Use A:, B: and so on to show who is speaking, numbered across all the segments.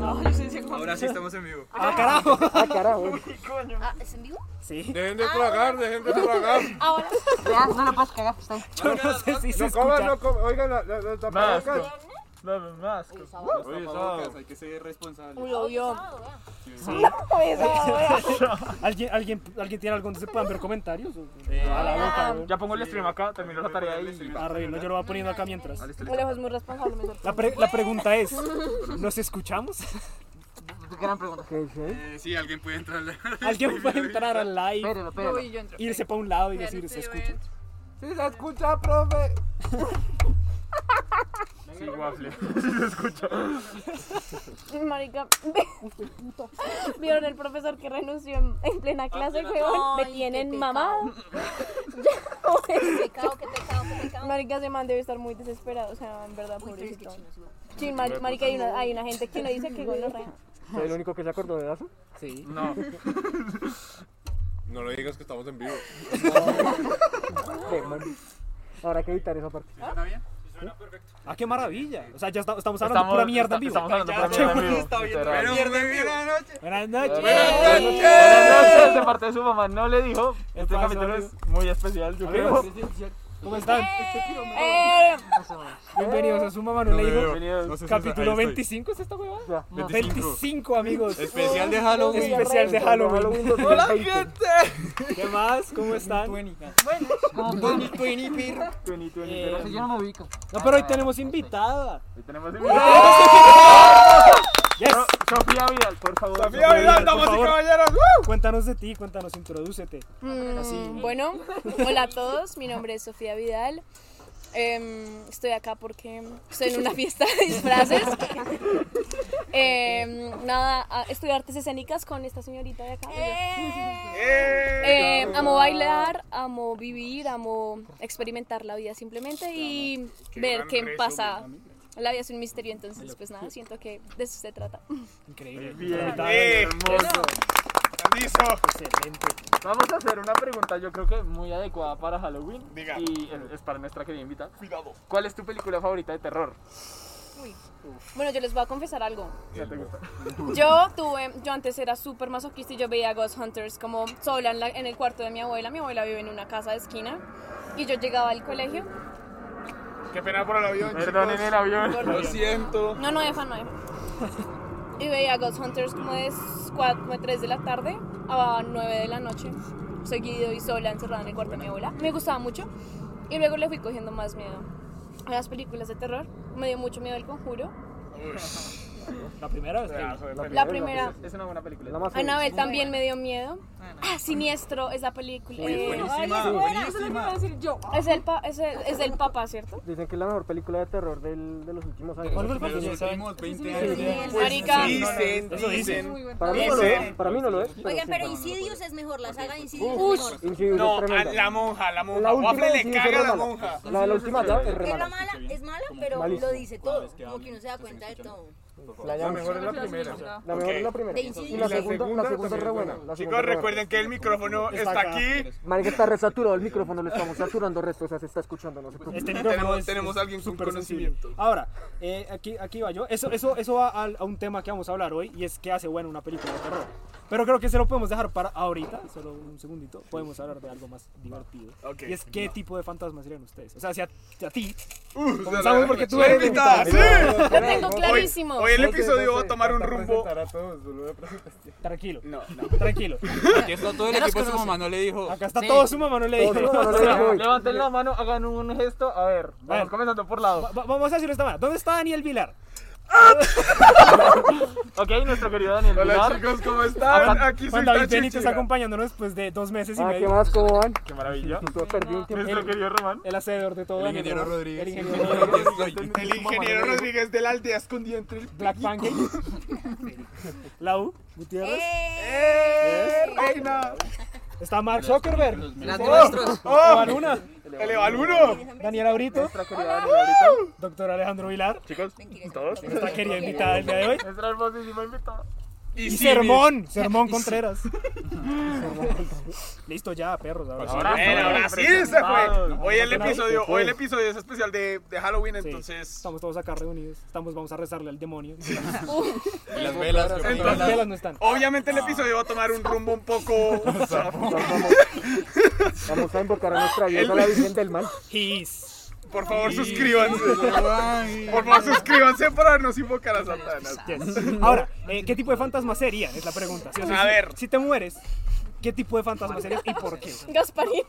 A: Ah,
B: Ahora sí estamos en vivo.
C: ¡Ah, carajo!
D: Ah, carajo.
A: Coño.
E: Ah, ¿Es en vivo?
C: Sí.
D: Dejen de tragar, dejen de tragar.
E: Ahora.
F: Ya, no lo puedes cagar, está
C: Yo pues, no sé si se
D: No coman,
C: escucha.
D: no coman. Oigan, la, la, la tapabocas.
A: No, no, más.
B: Oye,
D: sábado.
B: hay que ser responsables.
E: Uy, obvio. pues,
C: ¿Alguien, alguien, ¿Alguien tiene algo donde se puedan ver comentarios? O-
B: Ah,
C: A la boca, güey.
A: Eh, Ya pongo el stream acá, termino la tarea y... Ah,
C: Ah, re bien, no, yo lo voy poniendo acá mientras.
B: Al estilo.
E: Alejo es muy responsable. me sorprende.
C: La, pre- la pregunta es, ¿nos escuchamos?
F: Gran pregunta.
B: Eh, sí, alguien puede entrar.
C: ¿Alguien puede entrar al live,
F: Espérenlo, espérenlo.
E: Uy, yo entro.
C: irse para un lado y
E: Vean,
C: decir,
E: este
C: se
E: yo
C: escucha?
E: entro.
D: Sí, se escucha, profe.
A: Sí, waffle.
G: Marica, vieron el profesor que renunció en, en
E: Ah,
G: plena clase, huevón, me
E: Ay, qué
G: tienen
E: pecado.
G: mamado.
E: Qué pecado, qué pecado, qué pecado.
G: Marica, ese man debe estar muy desesperado, o sea, en verdad,
E: Uy, pero es que
G: pobrecito.
E: chino es loco.
G: Sí, mari- marica,
E: pues
G: hay una, hay una gente que no dice que gonorrea.
D: ¿Soy el único que se acordó de eso?
C: Sí.
A: No.
D: No lo digas que estamos en vivo. Habrá que editar esa parte.
B: ¿Suena bien?
C: Ah, qué maravilla. O sea, ya está- estamos hablando de
A: Estamos,
C: pura mierda en vivo.
A: estamos hablando
C: Ya,
A: pura
C: che,
A: mierda en vivo.
B: Está bien,
A: literal.
B: pero muy buena noche.
C: Buenas noches.
A: Buenas noches, de parte de su mamá no le dijo. Este
C: pasó,
A: capítulo
C: amigo?
A: es muy especial, yo creo.
C: ¿Cómo están?
G: Eh,
C: Bienvenidos a su mamá, no le digo.
A: Bienvenidos.
C: Capítulo 25 es esta huevada. 25 amigos.
B: Especial de Halloween.
C: Especial de Halloween.
D: Hola, gente.
C: ¿Qué más? ¿Cómo están?
A: Twenty, twenty,
C: Eh,
A: twenty.
F: Yo no me ubico.
C: No, pero hoy tenemos invitada.
A: Hoy tenemos invitados.
C: Yes.
A: Sofía Vidal, por favor.
C: Sofía Vidal,
A: por
C: damas y
A: favor.
C: caballeros. Cuéntanos de ti, cuéntanos, introdúcete.
G: mm, bueno, hola a todos, mi nombre es Sofía Vidal. Em, estoy acá porque estoy en una fiesta de disfraces. Em, nada, a- estudio artes escénicas con esta señorita de acá. Eh, amo bailar, amo vivir, amo experimentar la vida simplemente y ver qué pasa. La vida es un misterio, entonces pues nada, siento que de eso se trata.
C: Increíble.
A: Bien,
C: Invitada,
A: hermoso.
C: Excelente.
A: Vamos a hacer una pregunta, yo creo que muy adecuada para Halloween. Y eh, es, es para nuestra querida invitada. Cuidado. ¿Cuál es tu película favorita de terror?
G: Bueno, yo les voy a confesar algo.
A: ¿Qué te gusta?
G: Yo tuve, yo antes era súper masoquista y yo veía Ghost Hunters como sola en, la- en el cuarto de mi abuela. Mi abuela vive en una casa de esquina y yo llegaba al colegio.
D: Qué pena por el avión.
A: Perdonen el avión.
B: Lo siento.
G: No, no, Efa, no, Efa. Y veía Ghost Hunters como de 3 de la tarde a 9 de la noche, seguido y sola, encerrada en el cuarto de mi abuela. Me gustaba mucho y luego le fui cogiendo más miedo a las películas de terror. Me dio mucho miedo el conjuro.
C: La primera vez que
G: La primera,
A: Es una buena película.
D: La más
G: Anabel también me dio miedo. Ah, Siniestro es la película. eh,
B: Buenísima, buenísima.
G: es, el pa- es, el- es del papá, ¿cierto?
D: Dicen que es la mejor película de terror del, de los últimos años.
C: ¿Cuál fue el
B: De los
C: favorito?
B: últimos 20 años.
G: Marica.
B: Dicen,
C: Eso
B: dicen.
C: dicen.
D: Para mí, no lo es, para mí no lo es. pero
E: Oigan,
D: sí.
E: pero Insidious es mejor, la saga de
G: Ush.
E: Insidious es mejor.
D: Increíble,
H: No,
D: es
H: a
D: tremenda.
H: la monja, la
D: La
H: monja.
D: última
H: Waffle
D: sí
H: le
D: es
H: caga a la
D: mala.
H: monja.
D: La de la última llave es re
E: Es la
D: mala.
E: mala, es mala, pero
D: Malísimo.
E: lo dice todo. Como que no se da cuenta de todo.
D: La, llave-
A: es la primera.
D: la mejor es la primera.
E: De
D: Y
E: Insidious.
D: la segunda, la segunda es re buena. La segunda
H: Chicos,
D: es re
H: recuerden que el micrófono
C: Está
H: está
C: acá.
H: aquí.
D: buena. Marica está resaturado el micrófono, lo estamos saturando resto, o sea, se está escuchando, no se preocupe.
C: Este micrófono
B: Tenemos,
C: es-
B: tenemos
C: es
B: alguien con
C: súper
B: conocimiento.
C: sensible. Ahora, eh, aquí, aquí va yo. Eso, eso, eso va al- a, un tema que vamos a hablar hoy y es qué hace buena una película de terror. Pero creo que se lo podemos dejar para ahorita, solo un segundito. Podemos hablar de algo más divertido.
B: Ok.
C: Y es qué tipo de fantasmas serían ustedes. O sea, si a, si a ti.
B: Uh,
C: Comenzamos porque tú
B: la
C: eres
B: invitada,
C: invitada.
B: sí.
G: Lo tengo
H: Hoy,
G: clarísimo.
H: hoy el episodio va a tomar un rumbo.
C: Tranquilo. Tranquilo.
B: Aquí está todo el equipo, su mamá no le dijo.
C: Acá está todo su mamá, no le digo.
D: Todo su mamá, no le digo. Uy.
A: Levanten la mano, hagan un gesto. A ver, vamos comenzando por la
C: Va-
A: dos.
C: va- vamos a decirlo de esta manera. ¿Dónde está Daniel Vilar?
A: Ok, nuestro querido Daniel
H: Hola
A: Vilar.
C: pues,
H: chicos,
C: ah,
H: ¿cómo están? Aquí soy
C: Juan David
H: Tachi
C: Benítez
H: Chichira.
C: acompañándonos después de dos meses y
D: Ah, ¿qué
C: medio.
D: más? ¿Cómo van?
A: Qué maravilla.
D: Yo perdí un tiempo.
A: Nuestro querido Román.
C: El hacedor de todo.
B: El
C: Daniel
B: ingeniero
C: Rojas.
B: Rodríguez.
C: El ingeniero
B: El
C: Rodríguez.
B: ingeniero Rodríguez.
H: El ingeniero Rodríguez de la aldea escondido entre el...
C: Black Pancake. La U. Gutiérrez.
H: ¡Eh, reina!
C: Está Mark Zuckerberg.
F: Las de nuestros.
C: Eva Luna.
H: ¡Oh! ¡El ¡Ah! Evaluno!
C: oh. Daniela Brito.
A: Nuestra querida Daniel Vilar.
C: Doctor Alejandro Vilar.
A: Chicos, todos.
C: Nuestra querida invitada del día de hoy.
A: Nuestra hermosísima invitada.
C: Y,
H: Simi.
C: Sermón, Sermón Contreras. Listo ya, perros. ahora sí.
A: Ahora
H: Bueno, ahora sí se fue.
A: Presentados.
H: Hoy el episodio,
C: fue.
H: hoy el episodio es especial de, de Halloween,
C: Sí,
H: entonces.
C: Estamos todos acá reunidos. Estamos, vamos a rezarle al demonio.
B: Las velas, güey,
H: Entonces-
C: Las
B: velas.
C: velas no están.
H: Obviamente el episodio va a tomar un rumbo un poco.
D: Vamos a invocar a nuestra diosa, la Virgen del Mal.
C: His.
H: Por favor, suscríbanse.
B: Ay.
H: Por favor, suscríbanse para no invocar a Satanás.
C: Ahora, eh, ¿qué tipo de fantasma serían? Es la pregunta. Sí, o sea,
H: A
C: si-
H: ver.
C: Si te mueres, ¿qué tipo de fantasma serías y por qué?
G: Gasparín.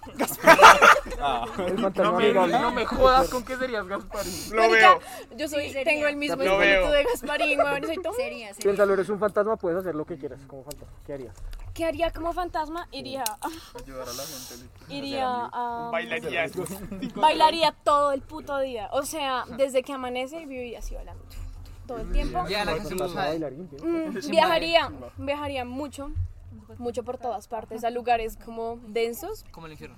H: Ah.
D: El
A: No
D: fantasma
A: me,
D: de Gaby.
A: no me jodas con qué serías Gasparín.
H: Lo veo.
G: Yo soy,
E: Sí, sería.
G: tengo el mismo
H: Lo
G: espíritu
H: veo.
G: de Gasparín, weón. Soy todo.
E: Sería, sería.
D: Piénsalo, eres un fantasma, puedes hacer lo que quieras como fantasma. ¿Qué harías?
G: ¿Qué haría como fantasma? Iría. Iría a.
H: Bailaría.
G: Bailaría todo el puto día. O sea, desde que amanece viviría así bailando. Todo el tiempo.
F: Ya, la Jesús.
D: Fantasma bailarín, ¿sí?
G: Mm, viajaría, viajaría mucho, mucho por todas partes, a lugares como densos,
F: Como el infierno.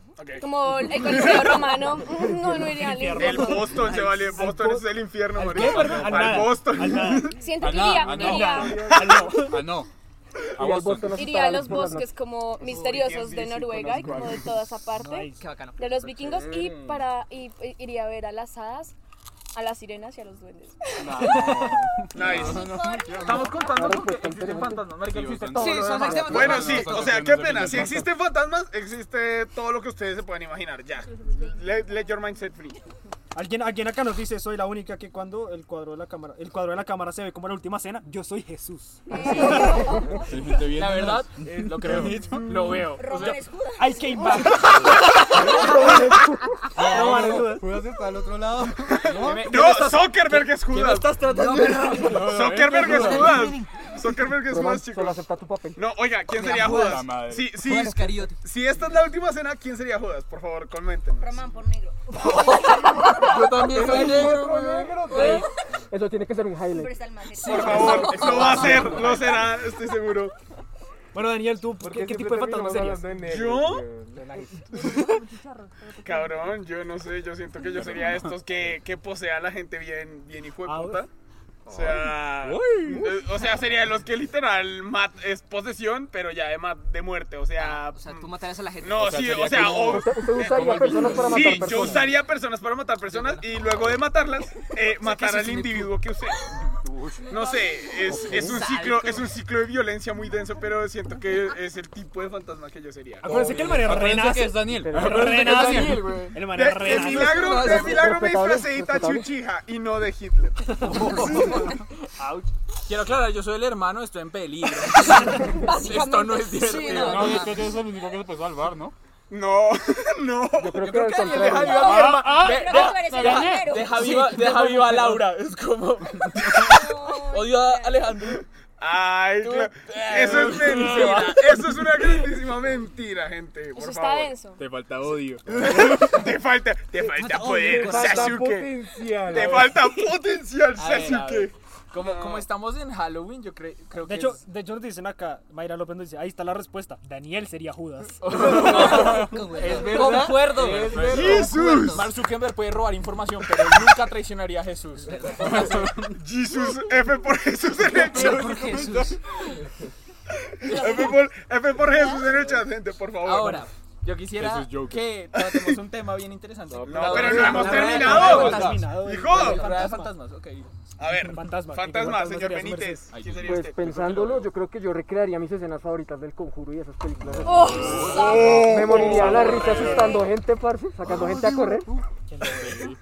G: como el Coliseo Romano. Mm, No, no iría al
H: El
G: infierno.
H: Boston se vale. Boston es el infierno,
C: ¿Al qué,
H: marica.
C: perdón? Al
H: Al
C: nada,
H: Boston.
C: al nada.
G: Siento que
B: Ah, no,
G: iría,
B: ah, no.
G: iría,
C: Ah, no.
B: Ah, no. A
D: Y al
B: Boston.
D: Boston nos
G: iría a
D: esperamos
G: los
D: por las
G: bosques como misteriosos de Noruega y como de toda esa parte,
F: Qué bacano.
G: de los vikingos y para y- y iría a ver a las hadas, a las sirenas y a los duendes.
H: Nice.
A: Estamos contando porque
D: pues,
A: existen fantasmas. Marica, existe
B: Sí,
A: todo.
F: Sí,
A: lo
F: son
A: demás.
F: extremadamente
H: Bueno,
F: malos.
H: sí, o sea, qué pena. Si existen fantasmas, existe todo lo que ustedes se puedan imaginar. Ya. Let, let your mind set free.
C: ¿Alguien, alguien acá nos dice, soy la única que cuando el cuadro de la cámara, el cuadro de la cámara se ve como la última cena, yo soy Jesús.
B: Sí, te vienen
A: La verdad,
B: unos-
A: eh, lo creo. Lo veo. O sea,
E: Roman escudo.
C: I came back. No, vale, duda.
B: Judas está al otro lado.
H: No, Zuckerberg es Judas.
B: tratando?
H: Zuckerberg es Judas. Zuckerberg es Judas,
D: ramas. Solo
H: chicos.
D: acepta tu papel.
H: No, oiga, ¿quién sería
B: La
H: Judas?
B: madre.
H: Sí, sí.
F: Judas Iscariote.
H: Si esta es la última cena, ¿quién sería Judas? Por favor, comenten.
E: Román por negro.
F: Yo también soy negro.
D: Eso tiene que ser un
E: Siempre
D: highlight.
E: está el más negro.
H: Por favor, lo va a hacer, lo será, estoy seguro.
C: Bueno, Daniel, ¿tú pues, qué, qué tipo de fantasma serías?
H: ¿Yo? Cabrón, yo no sé, yo siento que yo sería estos que, que posea a la gente bien, bien hijo
F: Ah,
H: de puta. O sea, eh, o sea, sería de los que literal mat es posesión, pero ya de, ma- de muerte, o sea...
F: Ah, O sea, tú
H: mm,
F: matarías a la gente.
H: No,
B: sea,
H: sí,
B: sería
H: o sea,
B: como-
H: o- eh,
D: Usted, usted usaría personas para matar
H: sí,
D: personas.
H: yo usaría personas para matar personas y luego de matarlas, eh, matar
F: ese
H: al
F: sí me
H: individuo que usé. No sé, es, es un ciclo, es un ciclo de violencia muy denso, pero siento que es el tipo de fantasma que yo sería.
C: Acuérdense que el man
B: Acuérdense que
C: renace.
B: es Daniel.
C: Renace.
B: Daniel,
C: El man
H: De, de
C: renace.
H: milagro, de milagro me
D: respetable,
H: disfracé de Itachi
D: respetable.
H: Uchiha y no de Hitler.
B: Quiero aclarar, yo soy el hermano, estoy en peligro. Esto no es divertido.
F: Sí, no, no.
B: yo soy el único que se puso al bar, ¿no?
H: No, no.
D: Yo creo que al
A: Deja
D: contrario.
A: viva a mi
H: Ah,
A: hermana.
E: Pero no, tú eres el primero.
A: Deja viva, deja viva a Laura. Es como. Odio a Alejandro.
H: Ay, claro. Eso es mentira. Eso es una grandísima mentira, gente. Por
G: Eso está
H: favor.
G: denso.
B: Te falta odio.
H: Te falta, te falta poder, Sasuke.
D: potencial.
H: pues, Te falta potencial,
A: A ver, a ver.
H: Sasuke.
A: Como, como estamos en Halloween, yo cre- creo que.
C: De hecho,
A: es-
C: de hecho nos dicen acá, Mayra López nos dice, ahí está la respuesta, Daniel sería Judas.
A: es verdad.
F: Concuerdo.
A: Es verdad.
H: Jesús.
A: Mark Zuckerberg puede robar información, pero nunca traicionaría a Jesús.
H: Jesús, F por Jesús en el chat.
F: Por Jesús.
H: F por, F por Jesús en el chat, gente, por favor.
A: Ahora, yo quisiera
B: Jesús Joker.
A: que tratemos un tema bien interesante.
H: No, pero no
A: La-
H: hemos
A: la-
H: terminado.
A: la- la-
H: Hijo.
A: la- la- fantasmas, ok.
H: A ver,
C: Fantasma.
H: fantasma, señor
C: sería su
H: Benítez.
B: Ay,
H: ¿Quién sería
D: Pues
H: usted?
D: pensándolo, yo creo que yo recrearía mis escenas favoritas del conjuro y esas películas.
G: Oh,
D: Me moriría la risa asustando gente, parce, sacando gente
A: Oh,
D: a correr.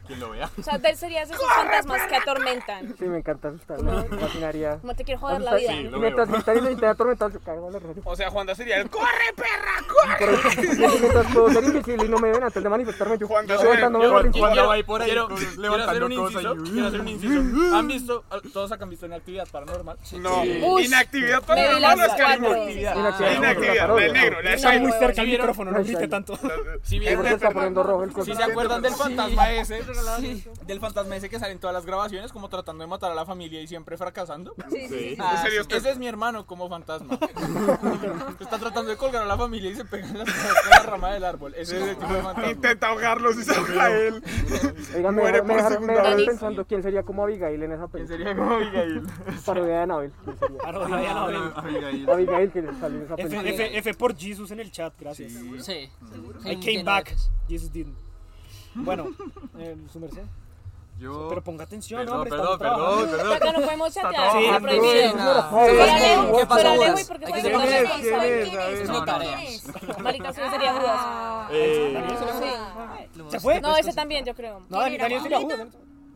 B: Quien lo vea.
G: o sea, de él serías esos fantasmas que atormentan.
D: Sí, me encanta asustar. Me fascinaría.
G: No te quiero joder la vida.
B: Sí,
D: Y
B: lo
D: mientras
B: veo.
D: me están intentando atormentar, yo caigo en la radio.
H: O sea, Juanda sería el ¡Corre, perra, corre!
D: Mientras puedo ser invisible y no me ven antes de manifestarme, yo
H: Juan, yo
D: yo aguantándome
H: soy-
D: los rincones.
B: Cuando va ahí por ahí,
A: Quiero,
B: con-
A: quiero hacer
B: levantando
A: un inciso.
B: cosas y-
A: Quiero hacer un inciso. ¿Han visto? Todos acá han visto una actividad paranormal.
H: No,
G: Uy,
H: inactividad
G: me vi
H: paranormal no
G: las
H: es
G: cuatro.
H: Caribe.
D: Sí,
H: Inactividad, la del negro, la de
C: Está muy
H: Shiro.
C: cerca el
A: Sí, vieron.
C: micrófono, no
D: Ay,
C: grite
D: ay.
C: tanto.
H: Sí,
B: Este
D: Porque
H: bien,
D: está poniendo rojo el
A: Si
D: coche.
A: se acuerdan del
B: fantasma ese.
F: Sí.
B: Del fantasma ese que sale en todas las grabaciones, como tratando de matar a la familia y siempre fracasando.
E: Sí, sí, sí.
B: Ah,
H: ¿En serio?
B: sí, Ese es mi hermano como fantasma. Está tratando de colgar a la familia y se pega en la, en la rama del árbol. Ese es el tipo de fantasma.
H: Intenta ahogarlos y se ahoga él.
D: Oigan, me
H: Muere por
D: dejaron, me dejaron- me
H: segunda
D: dejaron
H: vez.
D: pensando quién sería como Abigail en esa
A: ¿En
D: película.
A: serio como Abigail?
D: Parodia de Anabel. ¿quién sería?
F: Abigail.
D: Abigail que salió en esa película.
C: F, F, F por Jesus en el chat, gracias.
F: Sí.
C: I came back. Jesus didn't. Bueno, eh, su merced.
F: Yo.
C: Pero ponga atención,
F: Perdón,
C: hombre.
F: perdón,
C: estamos trabajando.
F: perdón, perdón.
G: Acá no podemos chatear,
C: Sí,
G: está prohibido.
D: Pero
G: Pero
D: es que-
G: Alejo,
F: ¿qué pasa,
G: pero Alejo,
F: Judas?
G: ¿y por qué
F: Hay que
G: juegas
F: ser-
G: con
E: ¿Quién
G: Alejo?
E: es? ¿Quién es?
F: No, tarea.
E: ¿Quién es?
G: Marica,
I: Ah,
G: sí sería Judas.
C: ¿Se fue?
G: No, ese también, yo creo.
C: No, Dani- Daniel sería Judas.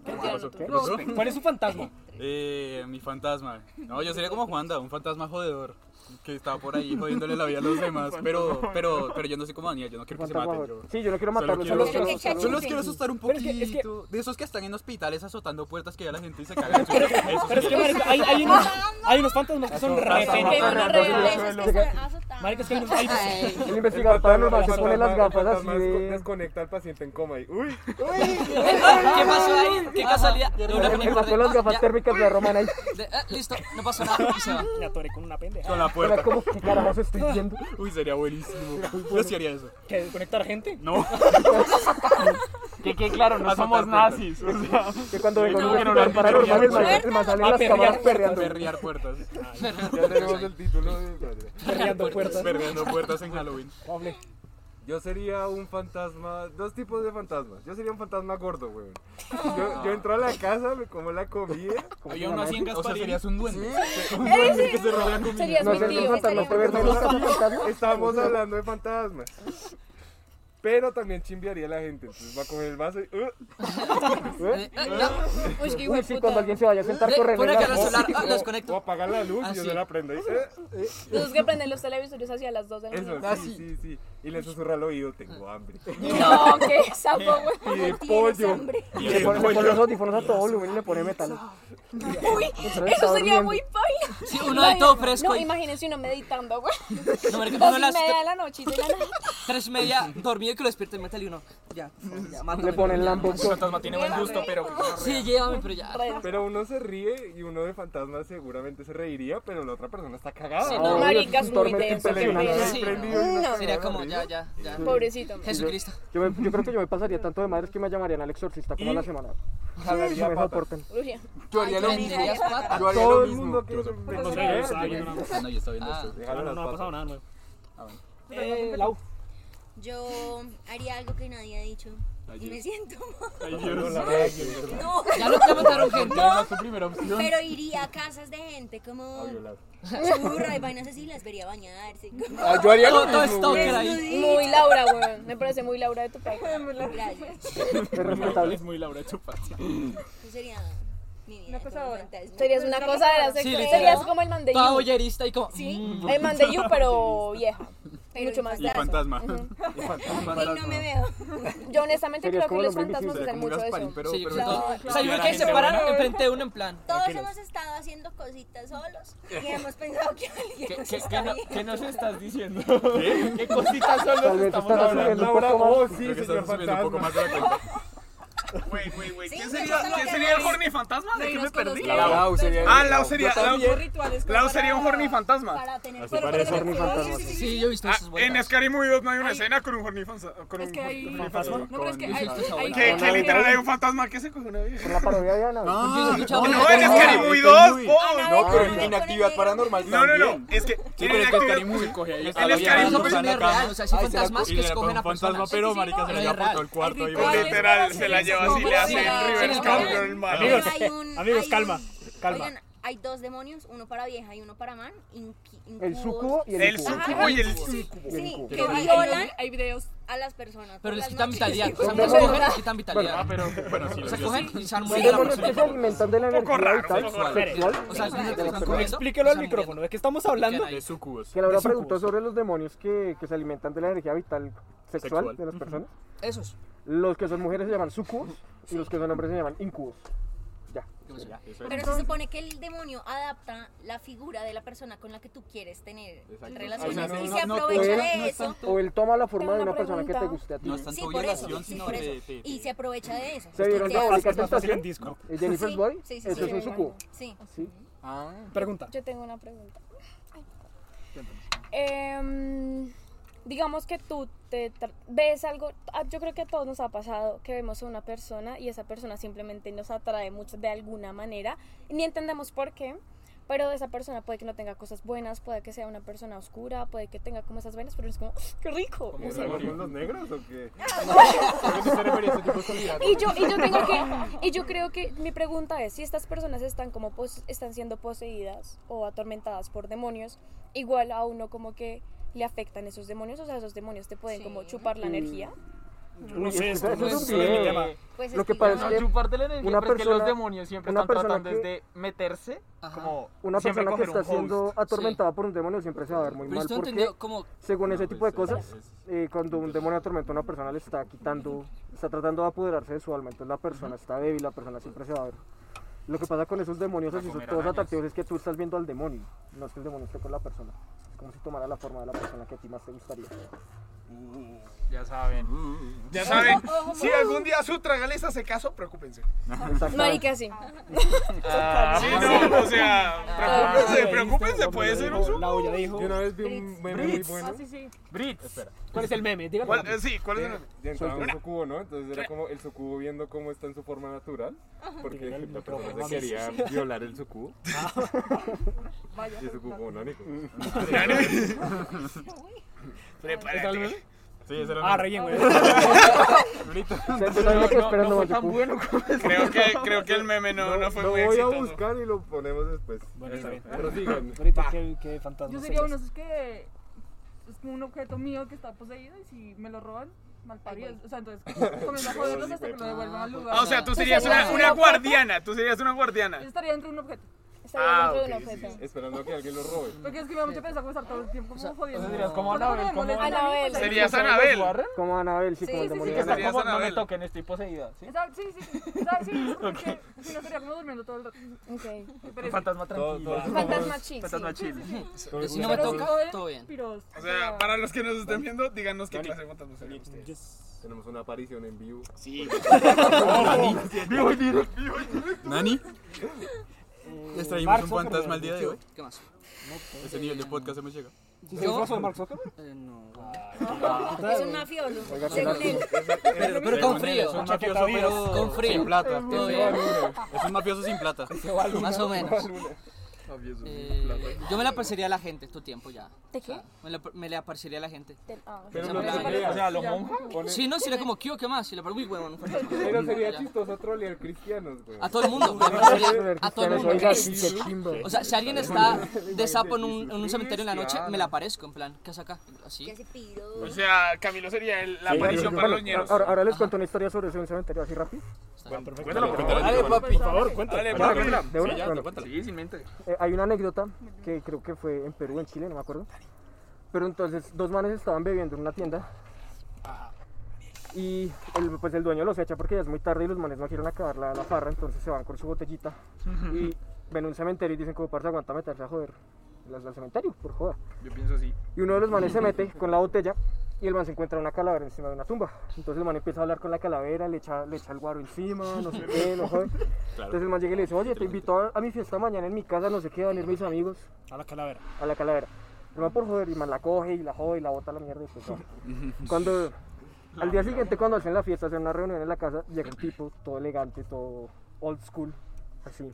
G: Mentira, no, tú.
C: ¿Cuál es su fantasma?
F: Eh, mi fantasma. No, yo sería como Juanda, un fantasma jodedor. Que estaba por ahí jodiéndole la vida a los demás. Pero, pero, pero yo no soy como Daniel, yo no quiero que se
D: Fantasma
F: maten.
D: joven.
F: Yo.
D: Sí, yo no quiero
F: Solo
D: matarlos,
F: quiero,
D: solo
E: solo-
D: quiero...
E: solo-
F: solo los quiero asustar un
C: Pero es
F: poquito.
C: que- es que-
F: De esos que están en hospitales azotando puertas que ya la gente y se caga.
C: Pero es que, marica, hay, hay, unos, hay unos fantasmas que son re
G: Tengo
C: pendejos.
G: uno real.
C: Marica, es que hay unos... hay unos-
D: El investigador paranormal se pone las gafas así de...
J: Desconecta al paciente en coma y. ¡Uy!
F: ¿Qué pasó ahí? ¿Qué casualidad? De una
D: Me
F: conectada.
D: sacó las
J: Ah,
D: gafas térmicas de la romana y...
F: De- ah, listo, no pasó nada. y se va.
C: Me atoré con una pendeja.
F: Con la
D: Era
F: puerta.
D: como, ¿qué carajos estoy viendo?
F: Uy, sería buenísimo. Yo sí haría eso.
C: ¿Que desconectar gente?
F: No.
A: Que quede claro, no somos nazis. O sea,
D: Que cuando vengo un
A: No, pero no,
D: investigador
A: no,
D: paranormal, el
A: no,
D: man- el man sale en
C: Ah,
D: las
C: perrear
D: cámaras perreando.
F: Perrear puertas.
J: Ya tenemos el título. de-
C: Perreando puertas.
F: Perreando puertas en Halloween.
C: Hable.
J: Yo sería un fantasma, dos tipos de fantasmas. Yo sería un fantasma gordo, weón. Yo, yo entro a la casa, me como la comida.
B: Había uno así en
F: O sea,
B: Gasparín.
F: serías un duende.
G: Serías
D: No
G: mi
D: sé, un
G: tío.
D: fantasma fue vernos los fantasmas.
J: Estábamos hablando de fantasmas. Pero también chimbearía a la gente. Entonces va a coger el vaso y. "Uh".
D: ¿Eh?
G: Uy, qué hijo
D: Uy,
G: de
D: sí, cuando
G: puta.
D: alguien se vaya a sentar, corre.
F: Pon acá el celular,
J: O-
F: ah, los conecto.
J: O apagar la luz
F: Ah,
J: y yo
F: sí.
J: se la prendo. Y, "Eh".
G: Los que prenden los televisores hacia las 2 de la
J: Eso,
G: mañana.
F: ah,
J: sí, sí, sí. Y le susurra al oído, tengo hambre.
G: No, qué sapo,
J: Y
G: güey.
J: de pollo.
D: Le pone le pone los audífonos a todo volumen y le pone metal.
G: Uy, eso sería muy paila.
F: Sí, uno de todo fresco
G: No,
F: y-
G: imagínense uno meditando, güey.
F: No, marica,
G: Dos
F: uno a
G: y
F: las
G: media de la noche y de la nada.
F: tres y media dormido y que lo despierten metal y uno. Ya, ya, mátame.
D: Le ponen Lambo.
B: El fantasma tiene buen gusto, pero.
F: Sí, llévame, pero ya.
G: Re-
J: Pero uno se ríe y uno de fantasma seguramente se reiría, pero la otra persona está cagada.
F: Sí,
J: Oh,
F: no.
G: Maricas, muy
D: tormento
G: denso, qué
J: impenetrable.
G: pena.
F: Sí,
J: prendido y
G: no.
J: una
F: Sería
J: cagada
F: como,
J: de
F: ya,
J: risa.
F: ya, ya.
G: Pobrecito. man.
F: Jesucristo.
D: Yo, me- yo creo que yo me pasaría tanto de madres que me llamarían al exorcista como a la semana.
J: Jalaría
D: No me
J: patas.
D: soporten.
G: Uy,
F: Yo haría lo mismo.
J: Yo haría
D: Todo
J: lo
D: el
J: mismo.
D: mundo
J: Yo no-
C: No
J: no
C: sé,
J: sé,
C: no
J: yo-
C: sé, yo no-
F: No, Ah, yo estaba
C: Ah.
F: viendo esto.
J: Déjalo
C: no,
J: las
C: no ha
J: patas.
C: pasado nada nuevo.
E: Eh,
C: Lau.
E: Yo haría algo que nadie ha dicho. Y me siento mal. No,
F: Ya no te mataron gente.
B: tu primera opción.
E: pero iría a casas de gente como churra y vainas así, las vería bañarse. como-
J: Ah, yo haría lo
F: Todo, todo
J: mismo, güey.
F: stalker ahí.
G: Muy Laura, güey. Me parece muy Laura de tu país.
E: Gracias.
D: Es respetable.
B: Es muy Laura Chupas.
E: Eso sería mi vida. como fantasma.
G: Serías una cosa de las
F: Sí,
G: sexuales.
F: literal.
G: Serías como el man de
F: Toda
G: You.
F: bollerista y como.
E: Sí,
G: El man de You, pero vieja. Mucho más
E: Y
G: grasa.
F: Fantasma.
E: hoy no me veo.
G: Yo honestamente
D: Serías
G: creo que
D: como el
G: los
D: hombre
G: fantasmas
D: invisible,
G: hacen mucho eso.
F: pero, sí, pero
E: claro,
F: todo-
E: claro.
F: O sea, yo creo que se paran enfrente de uno en plan.
E: Todos hemos estado haciendo cositas solos y hemos pensado que alguien
B: ¿Qué,
E: nos
B: qué,
E: está
B: qué, no-
E: viendo.
B: qué nos estás diciendo? ¿Qué, cositas son
D: Tal
B: las que estamos
D: vez estás
B: hablando?
D: asumiendo un
J: Laura,
D: poco
J: oh,
D: más.
J: sí, señor fantasma.
F: de la cuenta.
H: Güey, güey, güey.
E: Sí,
H: ¿Quién
E: me
H: sería,
E: gusta
H: ¿quién
E: que
H: sería el
E: Luis-
H: horny fantasma? ¿De qué me
E: Luis
H: perdí?
E: conozca. La Lau
J: sería.
H: Ah, Lau sería. Lau,
F: rituales.
H: Lau sería un horny fantasma.
E: Para tener
J: Así parece
E: para
D: horny
E: tener-
D: fantasma,
E: Sí, sí, sí.
F: Sí, yo he visto
H: Ah,
F: esos
H: en
F: vueltas.
H: Scary Movie 2 no hay una escena con un horny fantasma. Con
K: Es
H: un
K: que hay-
H: horny fantasma.
K: No, pero es que hay, hay-
H: Que que
K: hay-
H: literal hay un fantasma que se coge una vieja.
D: La parodia de Ana.
F: Porque yo he escuchado-
H: No, en Scary Movie 2, po.
J: No, pero
E: Ah,
J: en inactividad
E: sí.
J: paranormal.
H: No, no, no.
J: también.
H: Es que en
B: Pero es que Scary
H: inactividad.
B: Movie coge
D: Este
B: ahí.
H: El Scary
F: Eso, pero
H: Movie.
F: no es real, o sea, sí
J: Ay, será
F: fantasmas
J: co-
F: que escogen a personas.
B: pero marica se
K: Es
B: la lleva por
F: real.
B: todo el cuarto. y-
K: rituales.
H: Literal, se la lleva así, le hace el River Scum,
C: Amigos,
H: hermano.
E: Ah, Hay un-
C: amigos,
E: hay
C: calma,
E: un-
C: calma.
E: Oigan, hay dos demonios, uno para vieja y uno para man. inqui-
D: El
E: incubos.
D: sucubo y el
H: El
D: incubo.
H: sucubo y el sucubo.
E: Sí,
D: incubo.
E: que
K: hay-
E: violan
K: hay videos.
E: a las personas. por
F: Pero les
E: las
F: quitan
E: noches.
F: vitalidad. O sea,
D: Bueno, ah,
F: no cogen, les quitan vitalidad.
B: Pero, bueno, sí,
F: O
B: lo
F: sea,
B: digo.
F: cogen y se han
D: Hay
F: muerto la
D: demonios que se
F: persona.
D: alimentan de la
H: Poco
D: energía
H: raro,
D: vital,
H: poco ralo.
F: O
D: sexual.
F: sea, algunos que
D: de
F: se
D: la
F: están
D: persona.
F: comiendo.
C: Explíquelo al
F: se han
C: micrófono,
F: muerto.
C: ¿de qué estamos hablando?
B: De sucubos.
D: Que Laura
C: de sucubos.
D: preguntó sobre los demonios que, que se alimentan de la energía vital sexual,
B: Sexual.
D: de las personas.
F: Esos.
D: Los que son mujeres se llaman sucubos y los que son hombres se llaman incubos. Ya,
E: Pero se supone que el demonio adapta la figura de la persona con la que tú quieres tener
J: Exacto.
E: relaciones
F: O sea, no-
E: y
F: no-
E: se
F: no
E: aprovecha
D: puede-
E: de
F: no es
E: eso.
F: tanto-
D: O él toma la forma
G: Tengo
D: de una
G: una
D: persona que te
G: pregunta.
D: guste a ti.
F: No es
E: Sí,
F: tanto
E: por
F: violación,
E: eso, sí,
F: sino
E: por
F: que
E: eso.
F: te- te-
E: Y se aprovecha de eso.
D: ¿Se vieron
E: Porque
D: la
E: hace-
D: única
C: Es más fácil
D: tentación?
C: en disco.
D: ¿Es Jennifer's
E: Sí,
D: Body?
E: sí, sí,
D: pues, Eso
E: sí.
D: es un suco.
E: Sí.
D: Sí. Ah.
C: Pregunta.
G: Yo tengo una pregunta. Em, digamos que tú te tra- ves algo, ah, yo creo que a todos nos ha pasado que vemos a una persona y esa persona simplemente nos atrae mucho de alguna manera, ni entendemos por qué, pero esa persona puede que no tenga cosas buenas, puede que sea una persona oscura, puede que tenga como esas venas, pero es como, ¡qué rico! O sea,
J: ¿Son los negros o qué?
G: y yo, y yo tengo que, y yo creo que mi pregunta es, si estas personas están como pos- están siendo poseídas o atormentadas por demonios, igual a uno como que le afectan esos demonios, o sea, esos demonios te pueden
E: Sí.
G: como chupar la energía.
C: Yo no sé, esto
D: Eso
C: no
D: es
C: es
D: un
C: sobre mi
D: video.
C: tema.
E: Pues
D: Lo
E: es
D: que pasa
E: igual-
D: es
A: No,
D: que
A: chuparte la energía,
D: una
A: pero es que los
D: persona-
A: demonios siempre
D: una
A: están
D: persona
A: tratando es
D: que-
A: de meterse como
D: Una
A: siempre
D: persona
A: coger
D: que
A: un
D: está
A: host.
D: siendo atormentada por un demonio siempre se va a ver muy
K: Pero
D: mal.
K: esto
D: Porque
K: entendió como
D: según ese
J: No,
D: tipo de
J: pues,
D: cosas, eh, cuando un demonio atormenta a una persona le está quitando, está tratando de apoderarse de su alma, entonces la persona está débil, la persona siempre se va a ver. Lo que pasa con esos demonios así son todos atractivos es que tú estás viendo al demonio, no es que el demonio esté con la persona. Es como si tomara la forma de la persona que a ti más te gustaría.
A: Ya saben.
F: Mm,
H: Ya saben, si algún día su tragaleza se casó, preocúpense.
D: Exactamente.
G: Marica, sí.
H: Ah, Sí, no, o sea, preocúpense,
C: Ah,
H: preocúpense,
C: ¿viste?
H: puede ser un
C: Hombre, La
H: suco.
C: olla dijo. Ah,
J: Yo una vez vi un meme muy
H: Ah,
J: bueno.
C: ¿Cuál es el meme? Dígalo.
H: ¿Cuál- eh, Sí, ¿cuál es el nombre?
J: Y entraba un sucubo, ¿no? Entonces era como el sucubo viendo cómo está en su forma natural. Porque
C: Literal,
J: la
C: no probó
J: persona
C: mames.
J: se quería violar el sucubo. Y el sucubo como "Nanico".
H: Prepárate.
F: Sí, ese era
C: Ah,
F: mi-
C: relleno.
D: Entonces, ¿sabes qué? Espera, no, yo-
H: Creo que, creo que el meme no, no fue
J: Lo
H: muy
J: voy a
H: exitoso.
J: buscar y lo ponemos después.
C: Bueno, está bien.
J: Pero sigan. Ah.
C: Ahorita, qué, qué fantasma.
I: Yo sería uno de esos que es como un objeto mío que está poseído y si me lo roban, mal parido. O sea, entonces comienzo a joderlos hasta que lo devuelvan al lugar.
H: Ah, o sea, tú serías una, una guardiana, tú serías una guardiana.
I: Yo estaría dentro de un objeto.
G: Estaría
H: Ah,
G: dentro de un
H: ok, sí,
G: objeto.
J: Esperando a que alguien lo robe.
I: Porque es que me da mucha pena estar todo el tiempo como jodiendo.
A: serías como
I: Porque cuando
A: Anabel,
I: me
A: como-
I: molestan a mí, pues, ahí-
H: Serías Anabel.
D: Como Anabel, sí,
I: Sí,
D: como el
I: sí, sí,
D: demonio.
I: que
D: de
I: está
D: Anabel.
H: Serías
A: Como, no me
H: Anabel.
A: toquen, estoy poseída. ¿sí?
I: Exacto, sí, sí. Exacto, sí, porque si no estaría como durmiendo todo el rato.
G: Ok.
I: Qué
H: Pues
I: pereza.
A: Fantasma tranquilo.
G: Fantasma chic.
A: Fantasma chill.
K: Pero si no me
I: Pero si
K: toca,
I: joden,
K: todo bien.
I: piros.
H: O sea, para los que nos estén viendo, díganos qué clase de fantasmas serían ustedes.
J: Tenemos una aparición en vivo.
F: ¿Nani?
C: Eh,
F: Eh, Les traímos un fantasma el día de hoy.
K: ¿Qué más?
F: Ese nivel de podcast hemos llegado.
C: ¿Se disfrazó de Mark Zuckerberg?
K: Eh, no.
E: Es un mafioso, según él.
K: Pero, pero con frío.
F: Es un mafioso, pero
K: Con frío.
F: Sin plata.
K: Todo bien.
F: Es un mafioso sin plata.
K: Más o menos. Eh, yo me la aparecería a la gente, tu tiempo ya.
G: ¿De qué?
K: Me, la, me le aparecería a la gente.
G: Del- ah,
J: Pero
K: Esa
J: no
K: me la-
J: tendría-
A: O sea, los monjas.
K: Sí, no, si era como, ¿qué o qué más? Si le paro, uy, huevón, un fantasma.
J: Pero sería
K: Ya.
J: chistoso trolear cristianos, güey.
K: A todo el mundo, me aparecería a todo el mundo.
D: Oiga, sí, qué chimba.
K: O sea, si alguien está de sapo en un, en un cementerio en la noche, me la aparezco, en plan, ¿qué saca?
E: Que
K: Así.
E: se pido.
H: O sea, Camilo sería el- la
D: Bueno,
H: aparición para los ñeros.
D: ahora, ahora les cuento una historia sobre eso en un cementerio así rápido.
K: papi.
H: Dale, Pablo.
D: ¿De una? Bueno,
A: Sí, sin mente.
D: Eh, hay una anécdota que creo que fue en Perú, en Chile, no me acuerdo. Pero entonces dos manes estaban bebiendo en una tienda. Y el, pues el dueño los echa porque ya es muy tarde y los manes no quieren acabar la, la farra, entonces se van con su botellita. Y ven a un cementerio y dicen como parce, aguanta meterse a joder. Las al cementerio, por joder.
A: Yo pienso así.
D: Y uno de los manes se mete con la botella y el man se encuentra una calavera encima de una tumba. Entonces el man empieza a hablar con la calavera, le echa, le echa el guaro encima, no sé qué, no joder. Entonces el man llega y le dice, oye, te invito a, a mi fiesta mañana en mi casa, no sé qué, van a ir mis amigos
C: A la calavera.
D: a la calavera. El man por joder, y man la coge y la jode y la bota a la mierda y pues va. Cuando, al día siguiente cuando hacen la fiesta, hacen una reunión en la casa, llega un tipo todo elegante, todo old school, así.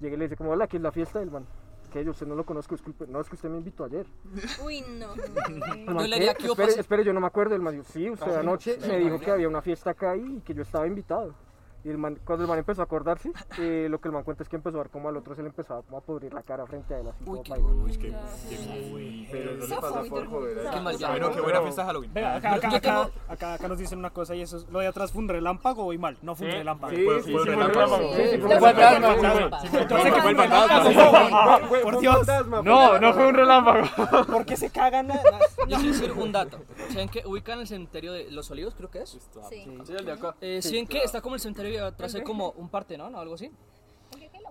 D: Llega y le dice, como, hola, aquí es la fiesta del man. Que yo usted no lo conozco, disculpe. No, es que usted me invitó ayer.
E: Uy, no.
D: El man,
K: Yo le
D: "¿Qué?
K: diría que yo
D: Eh, espere,
K: pasé-
D: espere, yo no me acuerdo. El man dijo, Ah, sí, usted anoche me dijo que había una fiesta acá y que yo estaba invitado. Y el man, cuando el man empezó a acordarse, eh, lo que el man cuenta es que empezó a ver como al otro se le empezaba como a pudrir la cara frente a él. Así
K: Uy,
D: como
K: qué
D: paila.
K: bueno.
J: Pero no le pasa por
D: ¿eh?
J: joder. ¿eh?
K: Qué mal ya.
F: Pero qué buena fiesta Halloween.
C: Venga, acá, acá,
K: yo tengo-
C: acá, acá, acá nos dicen una cosa y eso es, lo de atrás fue un relámpago o voy mal. No fue un relámpago.
J: Sí, sí, sí, fue un relámpago.
D: Sí, sí, fue
K: Fue
D: un
K: fantasma,
D: fantasma.
K: fue fantasma.
F: Fue el fantasma.
J: Fue- fue
C: Por
J: un
C: Dios.
J: fantasma,
A: No, no fue un relámpago.
C: ¿Por qué se cagan? a-
K: Yo quiero decir un dato. ¿Saben que ubican el cementerio de Los Olivos, creo que es?
E: Sí.
K: Eh, ¿Saben que está como el cementerio y atrás hay como un partenón o algo así?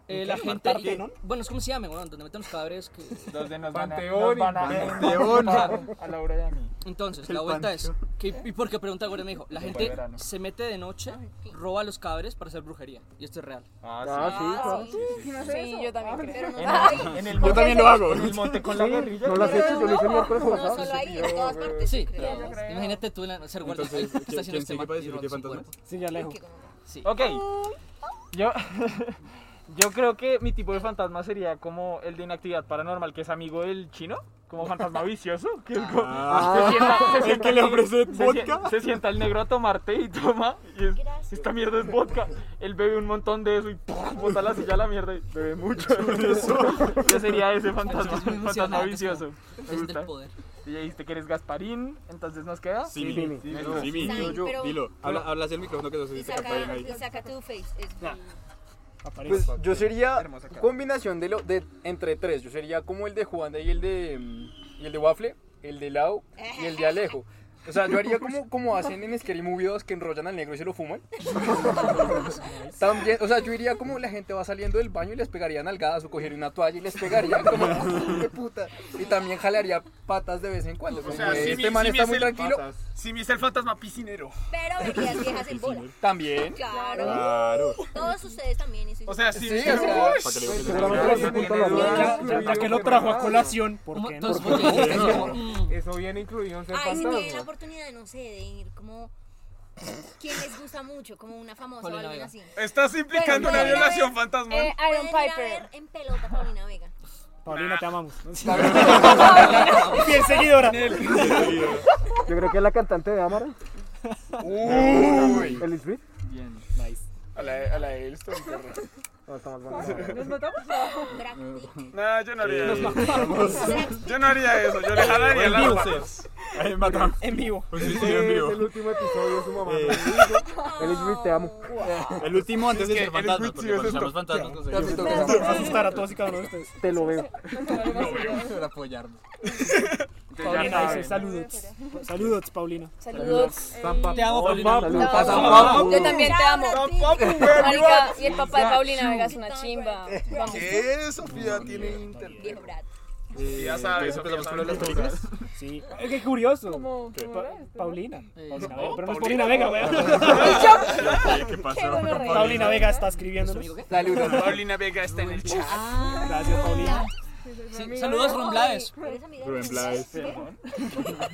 K: Eh, la gente. eh, bueno, es como se llama, weón, donde meten los cadáveres. Que...
A: Donde nos van a- Panteón, nos van a-
B: Panteón. nos van a- a Laura y a mí.
K: Entonces,
B: El
K: la vuelta
B: panteón.
K: es. que- ¿Y por qué pregunta Gordon? Me dijo: La
B: Como
K: gente
B: para verano.
K: se mete de noche, roba los cadáveres para hacer brujería. Y esto es real.
B: Ah, sí. Ah, sí, claro. Sí, sí, sí.
G: Sí, yo también creo.
K: En el- en el monte-
B: En el monte con la guerrilla.
K: no lo has
B: Pero
K: hecho, yo lo hice el
B: no.
K: miércoles
B: No,
K: pasado.
B: solo ahí, en todas partes.
K: Sí,
B: creo.
K: claro.
B: Yo creo.
K: Imagínate tú la- ser guardia.
B: Entonces,
K: ¿qué está haciendo
B: ¿quién
K: este
B: sigue
K: man?
B: para
K: Y
B: decir
K: roba
B: qué
K: cinco
B: fantasma?
K: cuerpos.
C: Sí, ya lejos.
K: Sí.
A: Ok. Yo, yo creo que mi tipo de fantasma sería como el de inactividad paranormal, que es amigo del chino, como fantasma vicioso. Que es como-
B: Ah. El que le
A: el-
B: ofrece
A: se
B: vodka.
A: sien- Se, sienta el negro a tomarte y toma. y es- esta mierda es vodka. Él bebe un montón de eso y ¡pum! bota la silla a la mierda y bebe mucho. de eso. Yo sería ese fantasma,
K: Es muy
A: fantasma
K: emocionante, es
A: vicioso.
K: como- es
A: Me
K: del
A: gusta.
K: poder.
A: Y ya dijiste que eres Gasparín, entonces nos queda.
F: Simi. Simi. Simi. Simi. Yo, yo,
E: pero-
F: Dilo. Habla, habla hacia el micrófono que no se
E: Y
F: te capta bien
E: saca,
F: ahí.
E: y saca tu face. Es
L: Pues yo sería combinación de lo de entre tres. Yo sería como el de Juanda y el de mm, y el de Waffle, el de Lau y el de Alejo. O sea, yo haría como, como hacen en Scary Movie 2 que enrollan al negro y se lo fuman. También, o sea, yo iría como la gente va saliendo del baño y les pegaría nalgadas o cogería una toalla y les pegaría como de puta. Y también jalaría patas de vez en cuando.
H: O
L: como
H: sea,
L: este
H: Simi,
L: man
H: Simi
L: está
H: es
L: muy
H: el-
L: tranquilo.
H: Simi es el fantasma piscinero.
E: Pero verías viejas en bola.
L: También.
E: Claro.
L: Claro.
E: Todos ustedes también. y sí.
H: O sea,
L: Sí,
H: Simi.
L: o sea,
H: Uy,
L: para que le
H: pues,
L: guste
H: seguramente
L: la
H: lo tiene
L: verdad.
H: duro.
L: Ya, ya,
C: ¿Para qué lo trajo a colación? ¿Por qué no?
J: Entonces, ¿por qué no? Eso viene incluido en ser
E: Ay, si tienen la
J: fantasma.
E: oportunidad, no sé, de ir como. ¿Quién les gusta mucho? Como una famosa o
H: Paulina
E: algo
H: Vega.
E: así.
H: Estás
E: Bueno,
H: implicando una
E: pueden ir a
H: violación
E: ver-
H: fantasma.
E: eh,
G: Iron
E: pueden ir a
G: Piper.
E: ver en pelota Paulina Vega.
C: Paulina, te amamos.
E: Fiel seguidora.
D: Yo creo que es la cantante de Amara.
H: Uy.
D: Elizabeth.
H: Bien.
C: Nice.
H: A la, a la de Elston, perro.
D: No, estamos
I: ¿Nos matamos?
H: No, yo no haría
B: Nos
H: eso.
B: matamos.
H: Yo no haría eso, yo le jalaría
B: En
H: las
B: vivo.
H: luces.
B: Ahí matamos.
C: En vivo.
D: El último episodio de su mamá.
F: Eh.
D: Elizabeth, te amo.
F: El último antes de
D: Es que
F: ser fantasma,
D: Elizabeth sí
F: porque
D: es
F: cuando
D: esto.
F: seamos fantasmas
D: Te
F: conseguimos.
D: amo. Te amo. Asustar a todos y cada uno de ustedes. Te lo veo.
F: No veo. Para apoyarnos.
C: Paulina dice, saludos. Saludos, Paulina.
G: Saludos.
C: Te
G: amo,
C: Paulina.
G: Yo también te amo. Marica, y el papá de Paulina Vega es una chimba. Vamos.
B: ¿Qué? Sofía tiene internet.
H: Sí, ya sabes,
F: empezamos
H: Sofía,
F: con las
H: sabes.
F: películas.
C: Sí. Eh, qué curioso.
F: ¿Qué?
C: Pa- Paulina. Paulina Vega,
F: Oh,
C: pero Eh, no es
F: Paulina.
C: Paulina Vega, weón.
F: Oye, ¿qué pasó? Qué gonorrea.
C: Paulina Vega está escribiéndonos.
H: Saludos. Paulina Vega está en el chat.
G: Ah.
C: Gracias, Paulina.
K: Sí, saludos, Rumblaes.
H: Rubén Blades.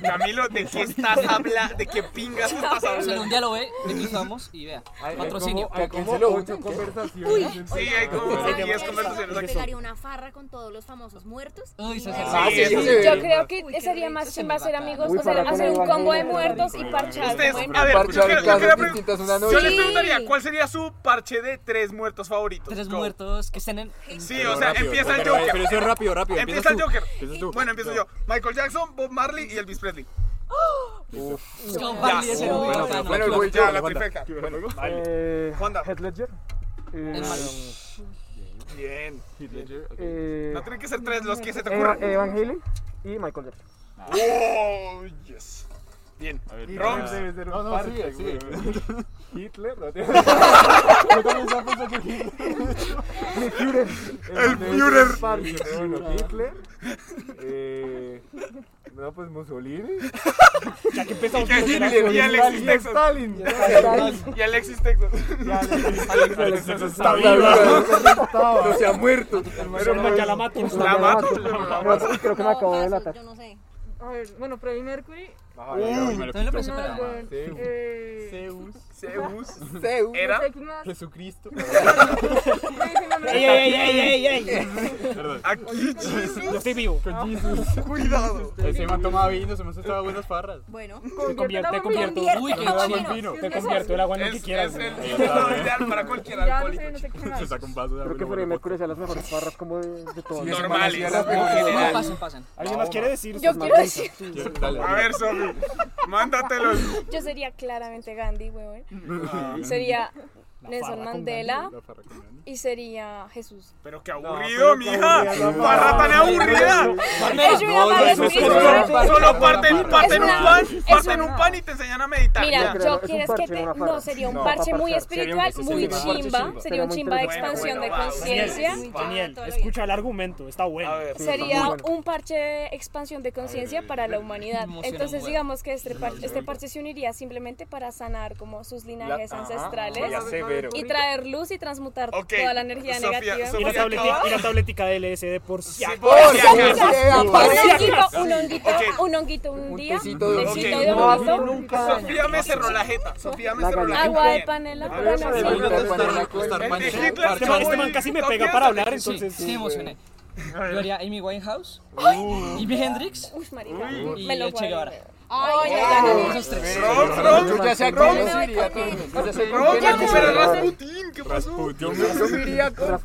H: Camilo, ¿de qué estás hablando? ¿De qué pingas estás
K: O sea, en
H: hablando?
K: un día lo ve, de aquí estamos y vea. Patrocinio.
J: como- hay como ocho
E: Uy,
J: conversaciones.
E: oiga,
H: Sí, hay como
E: ¿saben qué
H: 10
E: haría?
H: conversaciones
E: Me
H: aquí.
E: pegaría una farra con todos los famosos muertos.
K: Uy, se
H: Ah, sí, eso sí.
G: Yo creo que sería más chimba ser amigos,
L: Uy,
G: o sea,
L: para con
G: hacer
L: el
G: un combo de
L: evangelio,
G: muertos y
L: marica.
G: parchar.
H: Ustedes,
G: como en-
H: a ver,
L: Parche
H: yo, quiero- yo
L: habitadas
H: quiero pre-
L: distintas una noche.
H: yo les
L: Sí.
H: preguntaría, ¿cuál sería su parche de tres muertos favoritos?
K: Tres
H: Go.
K: muertos que estén en.
H: Sí, o sea, empieza el
F: pero-
H: Joker.
F: pero eso es rápido, rápido, empieza
H: Empieza el
F: tú.
H: Joker.
F: Empieza tú.
H: Bueno, empiezo yo. Michael Jackson, Bob Marley y Elvis Presley.
K: John
H: Ya.
K: Barley es el
H: Bueno,
K: bueno,
H: bueno,
K: bueno,
H: bueno,
K: bueno.
H: ya, la
F: Wanda.
H: trifecta. Bueno,
D: Eh,
H: Juanda.
D: Head Ledger. Eh,
H: Bien. bien.
D: Eh,
H: no tienen que ser tres los que se te
D: Eva-
H: ocurran.
D: Evan Halen y Michael Jackson.
H: Oh, yes. Bien. Roms.
J: Debe ser un
H: No, no,
J: parche,
H: sigue, sigue.
J: güey. Hitler, no te-
H: Yo
J: también estaba pensando en
H: El
J: Hitler.
H: Führer.
J: Debe
H: El
J: ser
H: Führer.
J: un parche, pero bueno, Hitler. Eh, no, pues Mussolini.
C: Ya que empezamos
H: Y Hitler, y Alexis Texas.
J: Stalin.
H: Y Alexis Texas.
J: Alexis Texas está
D: viva.
L: No se ha muerto.
C: Pero no, ya la mato.
H: La mato. la mato.
D: Creo que me acabo de delatar.
I: Yo no sé. A ver, bueno, Freddie Mercury.
H: Ah, Uy, ya, me lo
I: No,
H: también pensé,
I: no,
H: pero-
I: no,
H: Zeus.
I: eh,
H: Zeus.
I: Zeus.
H: Zeus. Era
I: No sé quién más.
H: Jesucristo.
C: Ey, ey, ey, ey, ey, ey.
F: Perdón.
H: Aquí,
C: Yo estoy vivo. Ah.
F: Con Jesus.
H: Cuidado.
F: Ese man toma vino, se me han estado buenas farras.
E: Bueno.
C: Te convierto, te convierto.
F: Uy, qué
C: chino. Te convierto el agua en lo
I: este,
C: que
H: Es
C: quieras.
H: el
C: güey.
H: ídolo ideal para cualquier
I: Ya,
H: alcohólico.
I: no sé, no sé quién más.
F: Se saca un vaso de
D: Creo que
F: agua.
D: Freddie Mercury hacía las mejores parras como de, de todo.
H: Sí, normales.
K: No, pasen, pasen.
C: ¿Alguien más quiere decir?
G: Yo
C: sus
G: quiero
C: más
G: decir-
C: gustos?
H: A ver, Somi, mándatelos.
G: Yo sería claramente Gandhi, weón.
H: Ah.
G: Sería Nelson Mandela y sería Jesús.
H: Pero qué aburrido, mija. Parra tan aburrida.
G: Es una parra aburrida.
H: Solo parten, parten
G: Es
H: un
G: una-
H: pan,
G: es
H: parten
G: una-
H: un pan y te enseñan a meditar.
G: Mira,
H: ya.
G: yo quieres que te. No, sería un
H: No,
G: parche
H: pa'
G: muy
H: parchar. Sería un-
G: espiritual,
H: sí,
G: muy
H: sería un parche
G: chimba.
H: chimba.
G: Sería un
H: Sería
G: chimba de
H: muy interesante.
G: expansión de
H: Bueno, bueno,
G: conciencia.
C: Daniel, Daniel, escucha el argumento, está bueno.
G: Sería un parche de expansión de conciencia para la humanidad.
C: Emocionante.
G: Entonces digamos que este, par-
C: Emocionante.
G: este parche se uniría simplemente para sanar como sus linajes
C: La- ajá,
G: ancestrales
C: sería severo.
G: y traer luz y transmutar toda la energía
C: Sofía,
G: negativa.
C: Y la, tabletica, y la tabletica de LSD por si acaso.
G: Por si
C: acaso.
G: acaso.
C: Por si
G: Un honguito,
C: acaso.
G: un honguito, un honguito un día, un
C: tecito de
G: tecito
C: honguito.
G: de
C: No,
G: honguito.
H: nunca. Sofía me cerró la jeta. Sofía me cerró la
G: Agua de
H: jeta.
G: panela.
H: Agua
G: para
H: de
G: la
H: panela.
G: salud.
K: Este man- este man casi me pega para hablar, entonces. Sí, sí, me emocioné. Yo haría Amy Winehouse, Jimi Hendrix
G: Uy, marica,
K: y
G: me lo
K: el Che
G: guardé.
K: Guevara.
G: Ay, ay, ay, ay.
K: Esos tres.
L: Yo ya sé a quién les iría con él. Yo ya sé con quién les iría.
G: Ah,
H: ¿Qué pasó?
L: Yo me iría con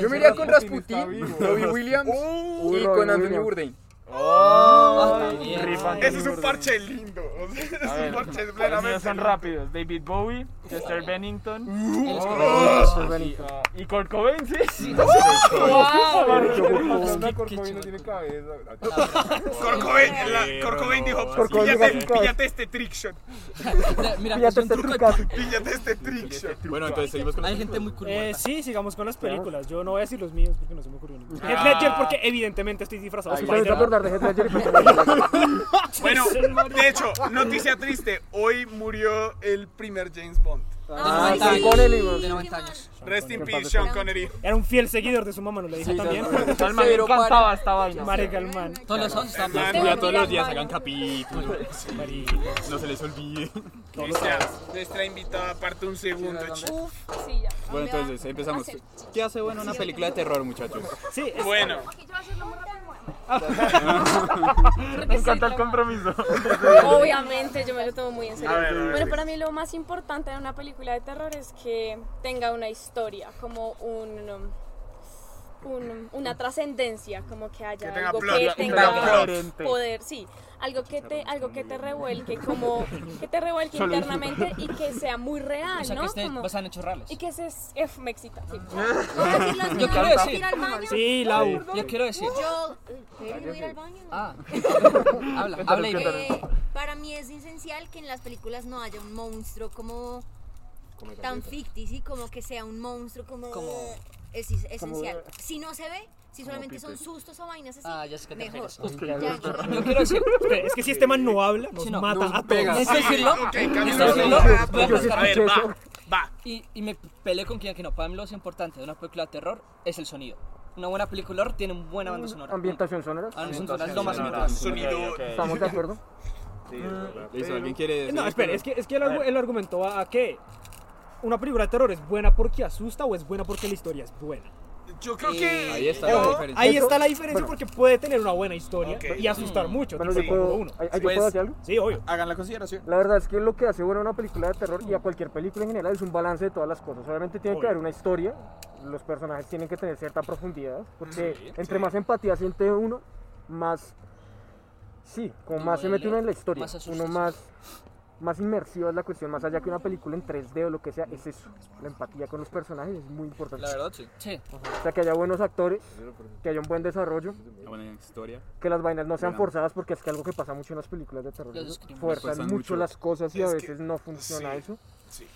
L: Yo me iría con Rasputin, Robbie Williams y con Anthony Bourdain.
D: Oh,
K: Ah,
H: Ese es un parche lindo. o sea,
A: A
H: Es
A: ver,
H: un
A: los
H: parche
A: míos
H: plenamente.
A: son rápidos. David Bowie, Chester Bennington,
H: Oh, Chester
A: y-
H: Bennington.
A: y Kurt Cobain, sí. sí.
H: Wow.
J: Una corcovina tiene cabeza.
H: Ah, Corcovain, la- Corcovain dijo,
J: Corcovain
H: píllate,
J: dijo,
H: píllate este trickshot.
K: Mira,
H: Píllate
K: este truco.
H: Píllate este trickshot.
F: Bueno, entonces seguimos con
K: Hay gente muy curiosa.
C: Eh, sí, sigamos con las películas. Yo no voy a decir los míos porque no se me ocurrió ninguno.
K: Ah.
C: Heath Ledger porque evidentemente estoy disfrazado.
D: Ahí
C: de
D: está. Se va a acordar
C: Spider-Man.
D: de Heath Ledger y pensar
H: Bueno, de hecho, noticia triste. Hoy murió el primer James Bond.
K: Ah, sí.
C: Sean Connery,
K: De 90 años.
H: Rest in peace, Sean Connery.
C: Era un fiel seguidor de su mamá, no le dije
H: Sí,
C: también.
H: sí, sí. Al man le Pero encantaba para- esta vaina.
C: Marica, el man.
K: Todos los años están
F: Los
K: Marica,
F: cuida todos los días,
K: Marica.
F: hagan capítulos. No se les olvide.
H: Cristian, nuestra invitada parte un segundo. Uf.
F: Bueno, entonces empezamos. ¿Qué hace bueno una película de terror, muchachos?
C: Sí,
H: Bueno.
A: Me encanta el compromiso.
G: Obviamente, yo me lo tomo muy en serio.
A: A ver, a ver,
G: bueno,
A: sí.
G: para mí lo más importante de una película de terror es que tenga una historia, como un... um, un- una trascendencia, como que haya
I: Que tenga
G: algo
I: plot,
G: que
I: un
G: tenga
I: plot.
G: poder, sí, algo que te, algo que te revuelque, como que te revuelque
K: Solo-
G: internamente y que sea muy real,
K: O sea,
G: ¿no?
K: que este esté
G: Como-
K: basada en hechos reales.
G: Y que ese es, F me excita, sí.
K: Yo quiero decir.
C: Sí, Lau.
K: Yo quiero decir.
E: Yo, eh, pero no voy a ir al baño.
K: Ah. Habla, habla y ve.
E: Eh, Para mí es esencial que en las películas no haya un monstruo como tan ficticio, y como que sea un monstruo como...
K: Como-
E: Es es- esencial.
K: Como-
E: Si no se ve, si solamente son
K: Pipe.
E: sustos o vainas así,
K: Ah, ya sé que te
E: mejor.
K: refieres.
E: Ya,
K: Yo quiero decir.
C: Es que si este man no habla, nos
K: Sí, no.
C: mata
K: Nos
C: a
K: pega.
C: todos. Ah,
K: ¿Es decirlo?
H: Ok,
K: ¿Es
H: Camilo,
K: decirlo? Ah, pues,
H: yo-
K: Voy a
H: yo sí
K: contar.
H: escuché A ver, va,
K: Y, y me peleé con quien que no. Para mí lo más importante de una película de terror es el sonido. Una buena película de horror tiene una buena banda sonora.
D: Mm, Ambientación sonora.
K: Ah, no, son todas las lomas sonoras.
H: Sonido.
D: ¿Estamos de acuerdo?
F: Listo, ¿alguien quiere decir?
C: No, espera, es que, es que el,
F: A
C: argu-
F: ver.
C: el argumento va a que una película de terror es buena porque asusta o es buena porque la historia es buena.
H: Yo creo que.
F: Ahí está
C: Ojo,
F: la diferencia.
C: Ahí está la
F: Bueno.
C: diferencia porque puede tener una buena historia
D: Ok.
C: y asustar mucho.
D: Bueno,
C: tipo
D: yo puedo,
C: uno.
D: ¿ay- ay, yo puedo hacer algo?
C: Sí, obvio.
B: Hagan la consideración.
D: La verdad es que lo que hace buena una película de terror y a cualquier película en general es un balance de todas las cosas. Obviamente tiene que
C: Obvio.
D: haber una historia, los personajes tienen que tener cierta profundidad, porque
C: Sí,
D: entre
C: sí.
D: más empatía siente uno, más... Sí, como más se mete
K: Duele,
D: uno en la historia,
K: más asustas.
D: uno más, más inmersivo es la cuestión, más allá que una película en 3D o lo que sea, es eso. La empatía con los personajes es muy importante.
F: La verdad, sí.
K: Sí.
D: O sea, que haya buenos actores, que haya un buen desarrollo,
F: Una buena historia.
D: que las vainas no sean
F: Bueno.
D: forzadas porque es que algo que pasa mucho en las películas de terror
F: Los
D: ¿no?
F: screamers.
D: fuerzan
F: Fuerzan
D: mucho,
F: mucho.
D: las cosas y a
F: Es que-
D: veces no funciona
F: sí,
D: eso
H: sí.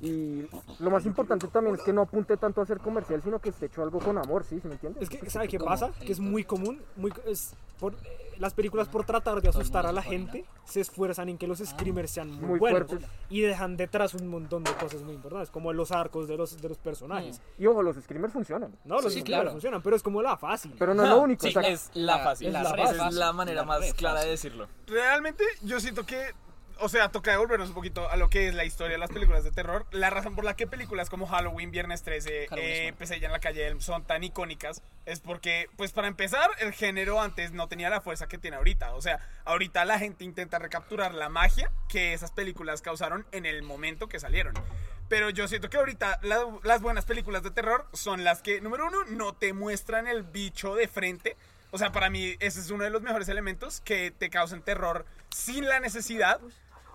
D: y lo más importante también es que no apunte tanto a ser comercial sino que esté hecho algo con amor sí ¿Sí me entiendes
C: Es que, ¿sabe qué pasa? Que es muy común. Muy, es por- eh, las películas, por tratar de asustar a la gente, se esfuerzan en que los screamers sean muy,
D: Muy
C: buenos
D: fuertes.
C: y dejan detrás un montón de cosas muy importantes, como los arcos de los, de los personajes.
D: Mm. y ojo los screamers funcionan
C: No, los
K: Sí,
C: screamers
K: claro.
C: funcionan, pero es como la fácil.
D: Pero no Ah, es lo único,
K: Sí,
D: o sea,
K: es la fácil.
C: es
K: la
C: la
K: re
C: fácil.
K: fácil,
C: Es la manera
K: re
C: más
K: fácil.
C: clara de
K: decirlo.
H: Realmente, yo siento que. O sea, toca devolvernos un poquito a lo que es la historia de las películas de terror. La razón por la que películas como Halloween, Viernes 13,
K: Halloween es
H: eh,
K: bueno.
H: Pesadilla en la calle Elm son tan icónicas es porque, pues para empezar, el género antes no tenía la fuerza que tiene ahorita. O sea, ahorita la gente intenta recapturar la magia que esas películas causaron en el momento que salieron. Pero yo siento que ahorita la- las buenas películas de terror son las que, número uno, no te muestran el bicho de frente. O sea, para mí ese es uno de los mejores elementos que te causan terror sin la necesidad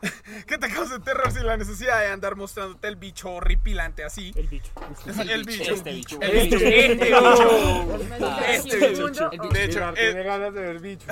J: que te cause terror sin la necesidad de andar mostrándote el bicho horripilante así.
C: El bicho.
J: Es el, bicho.
C: Este bicho.
J: El bicho.
C: Este
J: Este
C: bicho.
J: bicho. Este
C: El
J: bicho.
C: bicho. El bicho.
J: De hecho,
M: Mira,
J: eh,
M: tiene ganas de ver bicho.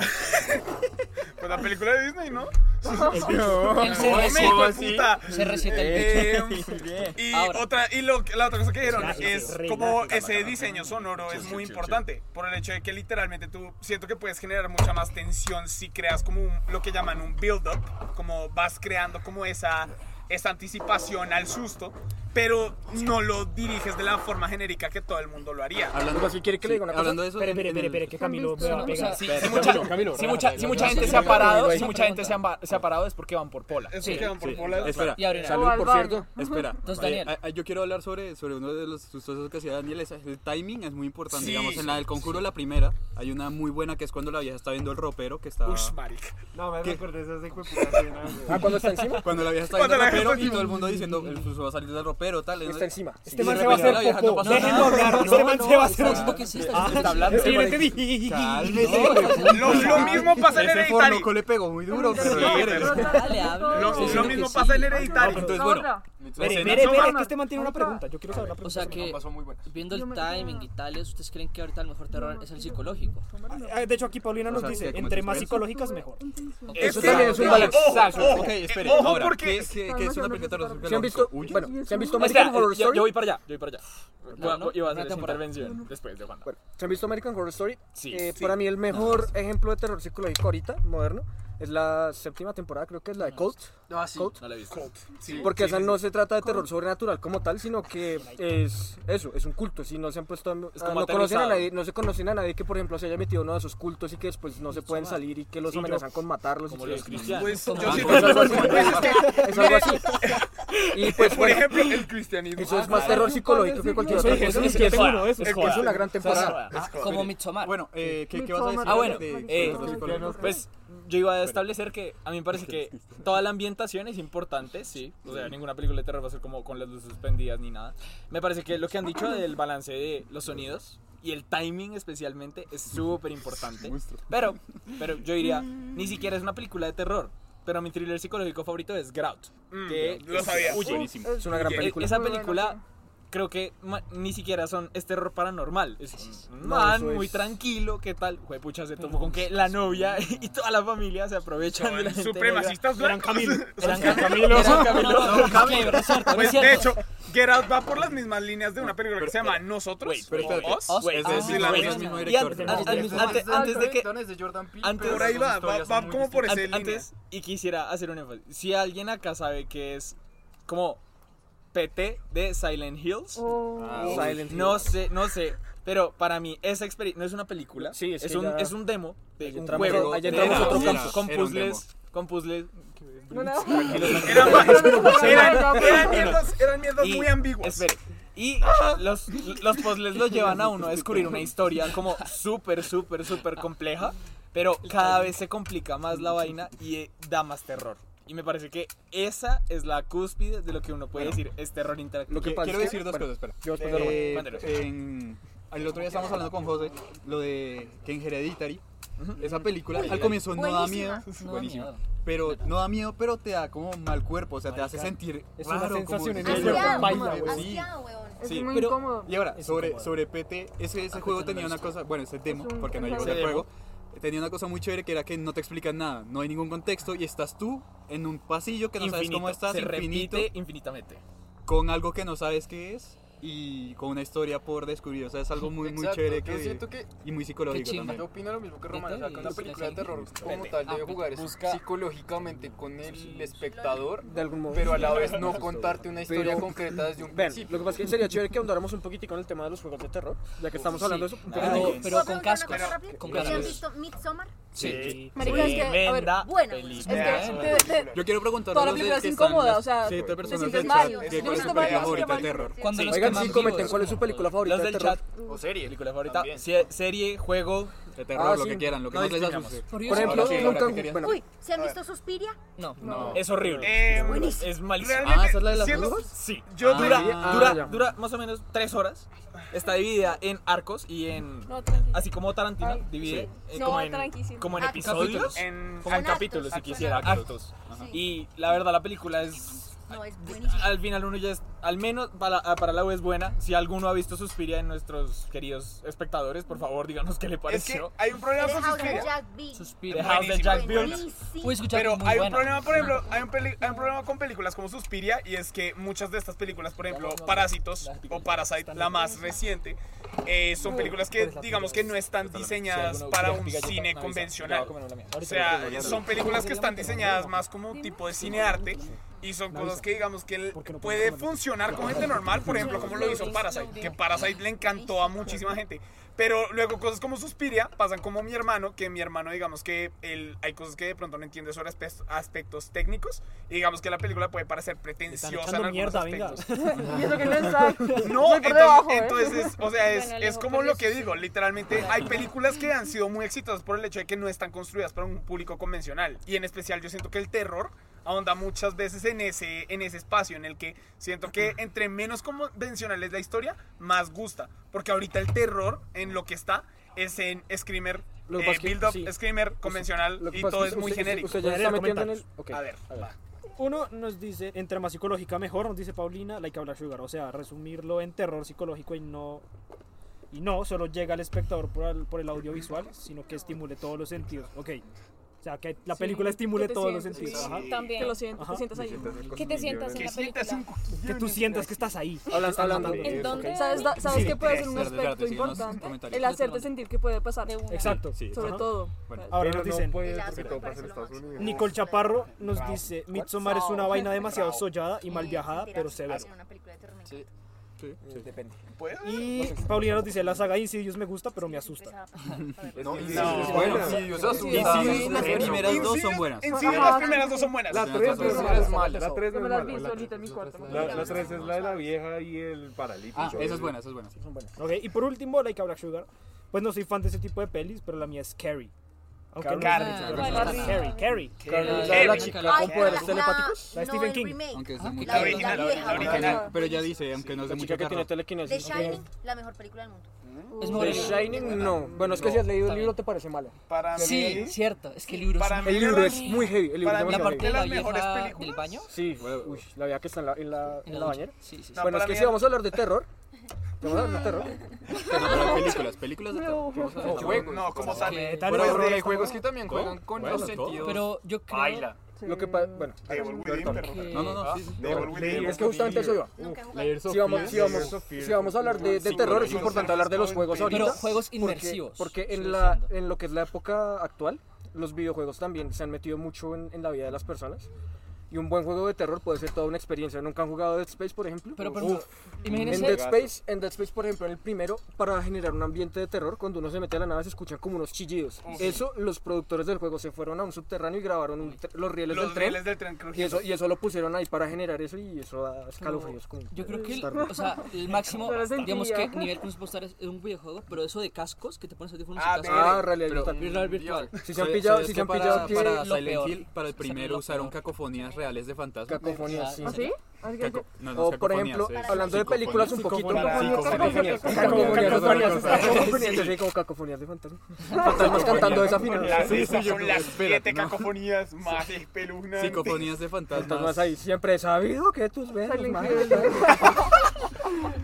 J: pues la película de Disney, ¿no?
M: El bicho.
J: No,
M: El se
J: me
M: receta,
J: hijo de
M: sí.
J: puta.
M: Se receta el bicho.
J: Eh,
M: Muy bien.
J: Y
M: Ahora.
J: otra y lo, la otra cosa que dijeron
M: Gracias,
J: es
M: relaja,
J: como
M: relaja,
J: ese diseño sonoro es muy importante por el hecho de que literalmente tú siento que puedes generar mucha más tensión si creas como un- lo que llaman un build up, como vas creando como esa esa anticipación al susto, pero no lo diriges de la forma genérica que todo el mundo lo haría.
D: Hablando así, ¿quiere que le diga una cosa?
F: Hablando de eso,
C: Espere, espere, espere, espere, que Camilo me va a pegar.
K: Si,
C: Espere,
K: si mucha,
C: Camilo, Camilo,
K: si mucha,
C: relájate,
K: si mucha
C: relájate.
K: gente se ha parado, si mucha gente se ha, se ha parado es porque van por pola.
J: Es porque van por pola.
F: Espera,
K: Y abrirán.
F: salud, por cierto. Espera.
K: Entonces,
F: Oye,
K: Daniel.
F: a- a- yo quiero hablar sobre, sobre uno de los sustosos que hacía Daniel. es- el timing es muy importante.
J: Sí.
F: Digamos, en la del conjuro, la primera, hay una muy buena que es cuando la vieja está viendo el ropero que está.
J: Ush, marica.
M: No, me
F: ¿Qué?
M: recordé esa hijo de puta escena, güey.
F: Cuando la vieja está
M: Cuando
F: viendo el
M: la vieja
F: ropero
M: está
F: y todo el
M: encima.
F: mundo diciendo, el susto va a salir del ropero, tal.
D: Está encima.
F: Y
D: Este
F: de
D: man se va a
F: repente
D: hacer
F: la vieja
D: popó.
F: pasó
D: Déjenlo
F: nada.
D: hablar,
F: No,
D: este man
F: no,
D: se va a
F: está-
D: hacer popó. ¿Qué es esto?
F: Ah, Está hablando.
D: Es que yo no
F: entendí.
J: Lo, lo mismo pasa en
F: Ese
J: Hereditary.
F: fornoco le pegó muy duro, pero
J: Sí,
F: lo
J: pero-
F: quiere.
J: Lo,
F: Sí, sí,
J: lo
F: sí,
J: mismo
F: sí.
J: pasa en Hereditary.
F: No, entonces, bueno.
C: Espere,
F: Escena-
C: espere, espere,
F: Toma.
C: que este man tiene una pregunta. Yo quiero saber la pregunta.
K: O sea que, viendo el timing y tales, ¿ustedes creen que ahorita el mejor terror es el psicológico?
C: Ah, De hecho, aquí Paulina nos
K: O sea,
C: dice,
K: que como
C: entre
K: suspenso.
C: más psicológicas, mejor.
K: Eso también es un balance.
F: Exacto.
K: Ojo,
F: Ok, Eh, espere.
K: ojo,
F: Ahora,
K: porque-
F: ¿qué es, qué, qué es una película de terror?
D: ¿Se han visto- bueno, ¿se han visto
F: Espera,
D: American Horror
F: yo-
D: Story?
F: Yo voy para allá, yo voy para allá.
H: Iba-
D: no,
H: Iba a
D: una
H: hacer esa
D: temporada.
H: intervención después de Juan.
D: ¿Se han visto American Horror Story?
H: Sí,
D: Eh,
H: sí.
D: Para mí el mejor ejemplo de terror psicológico ahorita, moderno, es la séptima temporada, creo que es la de Cult.
F: No, Ah, sí,
D: Cult.
F: no la he visto. Cult, sí,
D: Porque
F: sí,
D: esa
F: sí,
D: no
F: sí.
D: se trata de terror sobrenatural como tal, sino que es eso, es un culto. Si no se han puesto, a-
F: Es como
D: no conocen
F: aterrizado.
D: a nadie, no se conocen a nadie que por ejemplo se haya metido en uno de esos cultos y que después no se pueden salir y que los
F: Sí, yo-
D: amenazan con matarlos. y
F: como
D: todo
F: los
D: eso.
F: cristianos. Pues,
D: Como-
F: yo sí-
D: es algo así.
F: Pues es que-
D: Es algo así. Y pues
J: Por
D: bueno,
J: ejemplo, el cristianismo.
D: Eso es
J: Ah,
D: más terror
J: claro.
D: psicológico que cualquier
F: Eso
D: otra
F: dije,
D: cosa.
F: eso dije,
D: Y es
F: es joda,
D: una-
F: es
D: Es
F: joda.
D: una gran temporada.
K: Ah, como Midsommar.
F: Bueno, eh, ¿qué, qué vas a decir?
K: Ah, bueno,
F: de-
K: eh,
F: de- de-
H: pues yo iba a establecer que a mí me parece que toda la ambientación es importante, sí. O sea, ninguna película de terror va a ser como con las luces suspendidas ni nada. Me parece que lo que han dicho del balance de los sonidos y el timing especialmente es súper importante. Pero, pero yo diría,
D: Mm.
H: ni siquiera es una película de terror. Pero mi thriller psicológico favorito es Grout.
J: Mm,
H: que
J: lo sabía.
H: Huye.
J: Buenísimo. Es
D: una gran
H: Eh,
D: película.
H: Esa
D: Muy buena,
H: película creo que ma- ni siquiera son es terror paranormal. Es un
D: No,
H: man
D: eso
H: muy
D: es-
H: tranquilo, ¿qué tal? Juepucha se tomó con que la novia y toda la familia se aprovechan de la gente
J: Supremacistas
H: negra.
J: blancos.
H: Eran Camilo. Eran Camilo. Eran Camilo. Es cierto,
J: Pues,
H: es cierto.
J: de hecho, Get Out va por las mismas líneas de una película que se llama Nosotros.
F: pero espérate.
J: o Us.
F: Us, es del
J: Ah,
F: mismo-
J: la
F: es del
J: misma.
F: mismo
J: Y
F: director.
J: antes-
F: No,
J: antes-
F: es del-
J: antes-
F: es del-
J: antes de que-
F: Dones de Jordan Peele,
H: antes-
F: pero
H: Por ahí
F: sus
H: va, va-
F: historias
J: va
F: son muy
J: como por
F: distintas.
J: ese-
H: An- Antes, y quisiera hacer un énfasis. Si alguien acá sabe que es como PT de Silent Hills,
D: Ah, Silent
H: no
D: Hills.
H: sé, no sé. Pero para mí, esa experiencia no es una película,
D: Sí, es
H: es,
D: que
H: un,
D: ya-
H: es un demo de
D: Ahí
H: un
D: entramos-
H: juego.
D: ahí
H: de-
D: entramos a otro
H: con-
D: campo.
H: Con
D: Era un
H: puzzles. Con puzzles.
J: Eran eran mierdas- eran mierdas
H: Y-
J: muy ambiguas.
H: Espere. Y los, los puzzles lo llevan a uno a descubrir una historia como súper, súper, súper compleja. Pero cada vez se complica más la vaina y eh, da más terror. Y me parece que esa es la cúspide de lo que uno puede decir es terror interactivo.
F: Lo que pasa Quiero decir dos cosas, espera.
D: Yo después
H: de Roman.
F: Eh,
H: Cuéntanos.
F: en- El otro día estábamos hablando con José, lo de que en Hereditary, esa película,
D: Uy,
F: al comienzo no da miedo,
D: buenísima. No da
F: buenísima,
D: miedo.
F: pero no da miedo, pero te da como mal cuerpo, o sea, te hace
D: Marica,
F: sentir
D: es una
F: raro.
D: sensación en
F: como,
D: el cuerpo,
F: Sí,
D: baila,
F: sí.
D: huevón.
E: Es
F: Sí,
E: muy
F: pero-
E: incómodo.
F: Y ahora,
E: Es
F: sobre,
E: incómodo.
F: sobre PT, ese, ese
E: Ah,
F: juego
E: PT no
F: tenía
E: lo
F: una
E: he visto.
F: cosa, bueno, ese demo,
E: un-
F: porque no
E: es un
F: llegó ese
E: demo.
F: juego, tenía una cosa muy chévere que era que no te explican nada, no hay ningún contexto y estás tú en un pasillo que no sabes cómo estás,
H: se
F: infinito,
H: repite infinitamente.
F: con algo que no sabes qué es y con una historia por descubrir. O sea, es algo muy, muy
D: Exacto,
F: chévere
D: yo
F: que,
D: siento que-
F: y muy psicológico
D: Yo
F: también.
D: opino lo mismo que Román, o sea,
F: Vete,
D: que una
F: y-
D: película de terror como
F: Vete.
D: tal
F: Ah,
D: debe
F: vete.
D: jugar es
F: Busca-
D: psicológicamente con el espectador,
F: De algún modo.
D: pero a la vez no contarte una
F: Pero-
D: historia concreta desde un
F: Ven,
D: principio. Lo que pasa es que sería chévere que ahondáramos un poquitico en el tema de los juegos de terror, ya que estamos hablando de eso. un poquito.
K: Pero, pero con cascos. Con
N: ¿Ya han
K: cascos.
N: visto Midsommar?
K: Sí.
N: Marica, es que, a ver,
K: Tremenda
N: bueno,
K: película.
N: es
E: que te- te-
F: Yo quiero preguntar
E: toda la película es incómoda, o sea, te sientes mal. Yo he visto varios que mal-
H: Cuando los que
D: Oigan,
H: más
D: sí, comenten
H: vivos.
D: cuál es su película favorita
H: Los
D: de
H: del
D: terror.
H: chat. O serie. Película favorita. Se- serie, juego,
F: de terror,
L: Ah,
F: lo
L: sí.
F: que quieran, lo que
L: No
F: más les
L: distingamos.
F: asuste.
L: Por ejemplo,
F: Ahora sí, ahora
L: nunca
F: que querías.
L: bueno,
E: Uy, ¿se han visto Suspiria?
K: No.
F: No.
B: Es horrible.
F: Eh,
B: es
F: buenísimo.
B: Es malísimo.
F: Realmente, Ah, ¿esa es la de las siendo- brujas?
B: Sí.
F: yo
B: dura,
F: te- Ah,
B: dura,
F: ya.
B: dura más o menos tres horas. Está dividida en arcos y en.
G: No, tranqui.
B: Así como Tarantino divide.
G: Sí.
B: eh,
G: No,
B: como en,
G: tranqui, sí.
B: Como en
K: Ah,
G: Actos.
B: episodios.
G: En-
B: como en
G: Son
B: capítulos,
G: actos.
B: si quisiera.
G: Actos.
B: Actos. Y la verdad, la película es.
E: No, es
B: Al final uno ya es, al menos para, ah, para la U es buena. Si alguno ha visto Suspiria en nuestros queridos espectadores, por favor díganos qué le
H: Es que
B: pareció.
H: hay un problema con Suspiria.
B: The House that Jack Built.
K: Uy, escucha,
H: Pero
K: muy
H: hay un
K: buena.
H: problema, por ejemplo, hay un, peli- hay un problema con películas como Suspiria y es que muchas de estas películas, por ejemplo, Parásitos o Parasite, la más reciente, eh, son películas que digamos que no están diseñadas para un cine convencional. O sea, son películas que están diseñadas más como tipo de cinearte y son cosas que digamos que el- puede funcionar con gente normal, por ejemplo, como lo hizo Parasite, que Parasite le encantó a muchísima gente. Pero luego cosas como Suspiria pasan como mi hermano, que mi hermano digamos que él, hay cosas que de pronto no entiende sobre aspe- aspectos técnicos y digamos que la película puede parecer pretenciosa en
C: echando
H: algunos
C: mierda, venga.
H: aspectos.
C: Y eso que no está.
H: No,
C: Muy por
H: entonces,
C: debajo, ¿eh?
H: entonces, o sea, es,
C: Bueno,
H: es
C: Alejo,
H: como lo que digo, literalmente hay películas que han sido muy exitosas por el hecho de que no están construidas para un público convencional y en especial yo siento que el terror ahonda muchas veces en ese, en ese espacio en el que siento que entre menos convencional es la historia, más gusta, porque ahorita el terror en lo que está es en Screamer,
D: Lo que
H: eh,
D: pasa es que-
H: build-up,
D: sí.
H: Screamer convencional
D: Lo que
H: y
D: pasa
H: todo
D: que
H: es muy
D: usted-
H: genérico.
D: usted ya
C: Voy a
D: está
C: leer
D: metiendo en el...
C: comentarios.
D: ok,
H: A ver, va.
C: Uno nos dice, entre más psicológica mejor, nos dice Paulina, like habla Sugar. O sea, resumirlo en terror psicológico y no. Y no solo llega al espectador por el, por el audiovisual, sino que estimule todos los sentidos. Ok. O sea, que la
G: Sí,
C: película estimule
G: que te
C: todos los
G: sientes,
C: sentidos.
G: sí.
C: Ajá.
G: También. Que lo sientas,
C: Ajá.
G: te sientas ahí. Que te sientas en la película.
C: Que tú sientas que estás ahí.
D: Hablan- hablando de
G: ¿En
D: eso,
G: dónde?
D: ok.
G: ¿Sabes, da- sabes
C: Sí.
G: que puede ser un
C: Espérate,
G: aspecto
C: espérate, sigan los
G: importante?
C: comentarios.
G: El hacerte sentir que puede pasar.
C: Exacto.
G: Sobre
C: Ajá.
G: todo.
C: Ahora
J: Pero
C: nos
J: no
C: dicen.
J: puede, Ya, porque pero todo pasa en Estados Unidos.
C: Nicole Chaparro nos dice: Midsommar es una vaina demasiado sollada y mal viajada, pero severa.
F: Sí.
L: Depende.
H: Pues,
C: Y Paulina nos dice: La saga Insidious me gusta, pero me asusta.
L: No,
F: Sí,
L: Insidious es buena.
F: Insidious asusta.
L: Insidious es buena.
F: Las primeras dos son
L: Insidious-
F: buenas.
L: Insidious-
H: Sí, las primeras dos son buenas.
J: La
F: Sí,
J: 3
F: las
J: no
F: dos
J: es
F: son
J: mala.
F: malas.
J: La 3
F: Yo
J: no
F: me
J: es
F: las vi
J: mala.
I: solita en mi cuarto, me
J: La-
I: las
J: La
I: vi.
J: 3 es la de la vieja y el paralítico.
F: Ah, esa es buena, esa es buena.
C: Ok, y por último, Like a Black Sugar. Pues no soy fan de ese tipo de pelis, pero la mía es Carrie. Aunque no-
F: Carrie.
C: Carrie.
F: Carrie.
C: Carrie. Carrie.
F: Carrie.
C: La de la
F: Carrie.
C: chica,
F: Ay,
C: la con
F: pero
C: poderes
F: la-
C: telepáticos.
F: la-
C: La de
F: no,
C: Stephen
F: el
C: King.
E: remake.
F: Aunque es de
E: Ah,
F: mucho
E: la original,
F: terror.
E: la
F: Aunque-
E: original.
F: Pero ya dice, aunque no es de
D: La
F: mucho
D: chica que tiene
F: terror.
D: telequinesis.
E: The Shining, la mejor película del mundo.
K: Es
D: The Shining no. Bueno, es que si has leído el libro te parece mala.
H: Para
K: Sí, cierto. Es que el libro
D: Para
K: es
D: mí El libro es muy heavy. El libro
K: Para
D: es
K: mí la
D: demasiado
K: parte de la
D: heavy.
K: vieja del baño.
D: Sí, uy, la vieja que está en la, en la, en la bañera.
K: Sí, sí, sí.
D: Bueno,
K: No,
D: es
K: para
D: que
K: mí
D: si vamos a hablar de terror, ¿te vamos a hablar de terror?
K: Ah,
F: Pero películas, películas de terror. Vamos a ver.
D: Juegos.
H: No, como tal.
D: ¿Qué
F: tal
H: Juegos
F: vez
H: de-
F: de juegos que también
D: ¿Cómo?
F: juegan con
D: Bueno,
F: los
D: todo.
F: sentidos.
K: Pero yo creo-
F: Baila.
D: Lo que pasa, bueno,
H: Eh,
F: No, no,
H: ah,
F: no, sí, sí. Devil Within.
D: es que justamente eso iba.
F: Layers of
D: Si vamos,
F: Fear.
D: si vamos,
F: Layers of Fear.
D: si vamos a hablar de, de
F: Sí,
D: terror, es
F: Layers of
D: importante
F: Fear.
D: hablar de los juegos ahorita.
K: Pero juegos
D: porque-
K: inmersivos,
D: Porque,
K: sigue
D: en, la, en lo que es la época actual, los videojuegos también se han metido mucho en, en la vida de las personas. Y un buen juego de terror puede ser toda una experiencia. ¿Nunca han jugado Dead Space, por ejemplo?
K: Pero, por ejemplo, imagínense-
D: En Dead Space, en Dead Space, por ejemplo, en el primero, para generar un ambiente de terror, cuando uno se mete a la nave se escuchan como unos chillidos.
H: Uf.
D: Eso, los productores del juego se fueron a un subterráneo y grabaron un tr- los rieles
H: Los
D: del tren.
H: rieles del tren
D: y,
H: crujiendo.
D: eso, y eso lo pusieron ahí para generar eso y eso da escalofríos. como-
K: Yo creo que el,
D: Está rico.
K: o sea, el máximo,
D: No lo sentía.
K: digamos que nivel que nos puede estar es es un videojuego, pero eso de cascos que te pones audífonos
D: Ah,
K: y
D: bien.
K: cascos.
D: Ah, realidad virtual.
K: Realidad virtual.
D: Si se han pillado- si se han pillado
F: para,
D: que-
F: para
D: Lo
F: Silent
D: peor.
F: Hill, para el primero usaron cacofonías reales de fantasmas.
D: Cacofonías, sí. ¿Ah, sí? ¿Alguien-
F: Caco- no, no,
D: o
F: es
D: por
F: cacofonías,
D: ejemplo,
F: es
D: hablando de
F: psicofonía.
D: películas un poquito
F: Psicofonía.
D: cacofonías,
F: Psicofonía.
D: cacofonías, cacofonías,
F: Sí.
D: así como cacofonías de fantasmas, fantasmas cantando esa final.
H: Las-
D: Sí,
H: esas
D: sí, yo
H: son
D: creo
H: las
D: que- espérate,
H: siete cacofonías más espeluznantes.
F: Psicofonías de fantasmas.
D: Fantasmas ahí, siempre he sabido que tus besos
H: Silent
D: más-
H: Hill.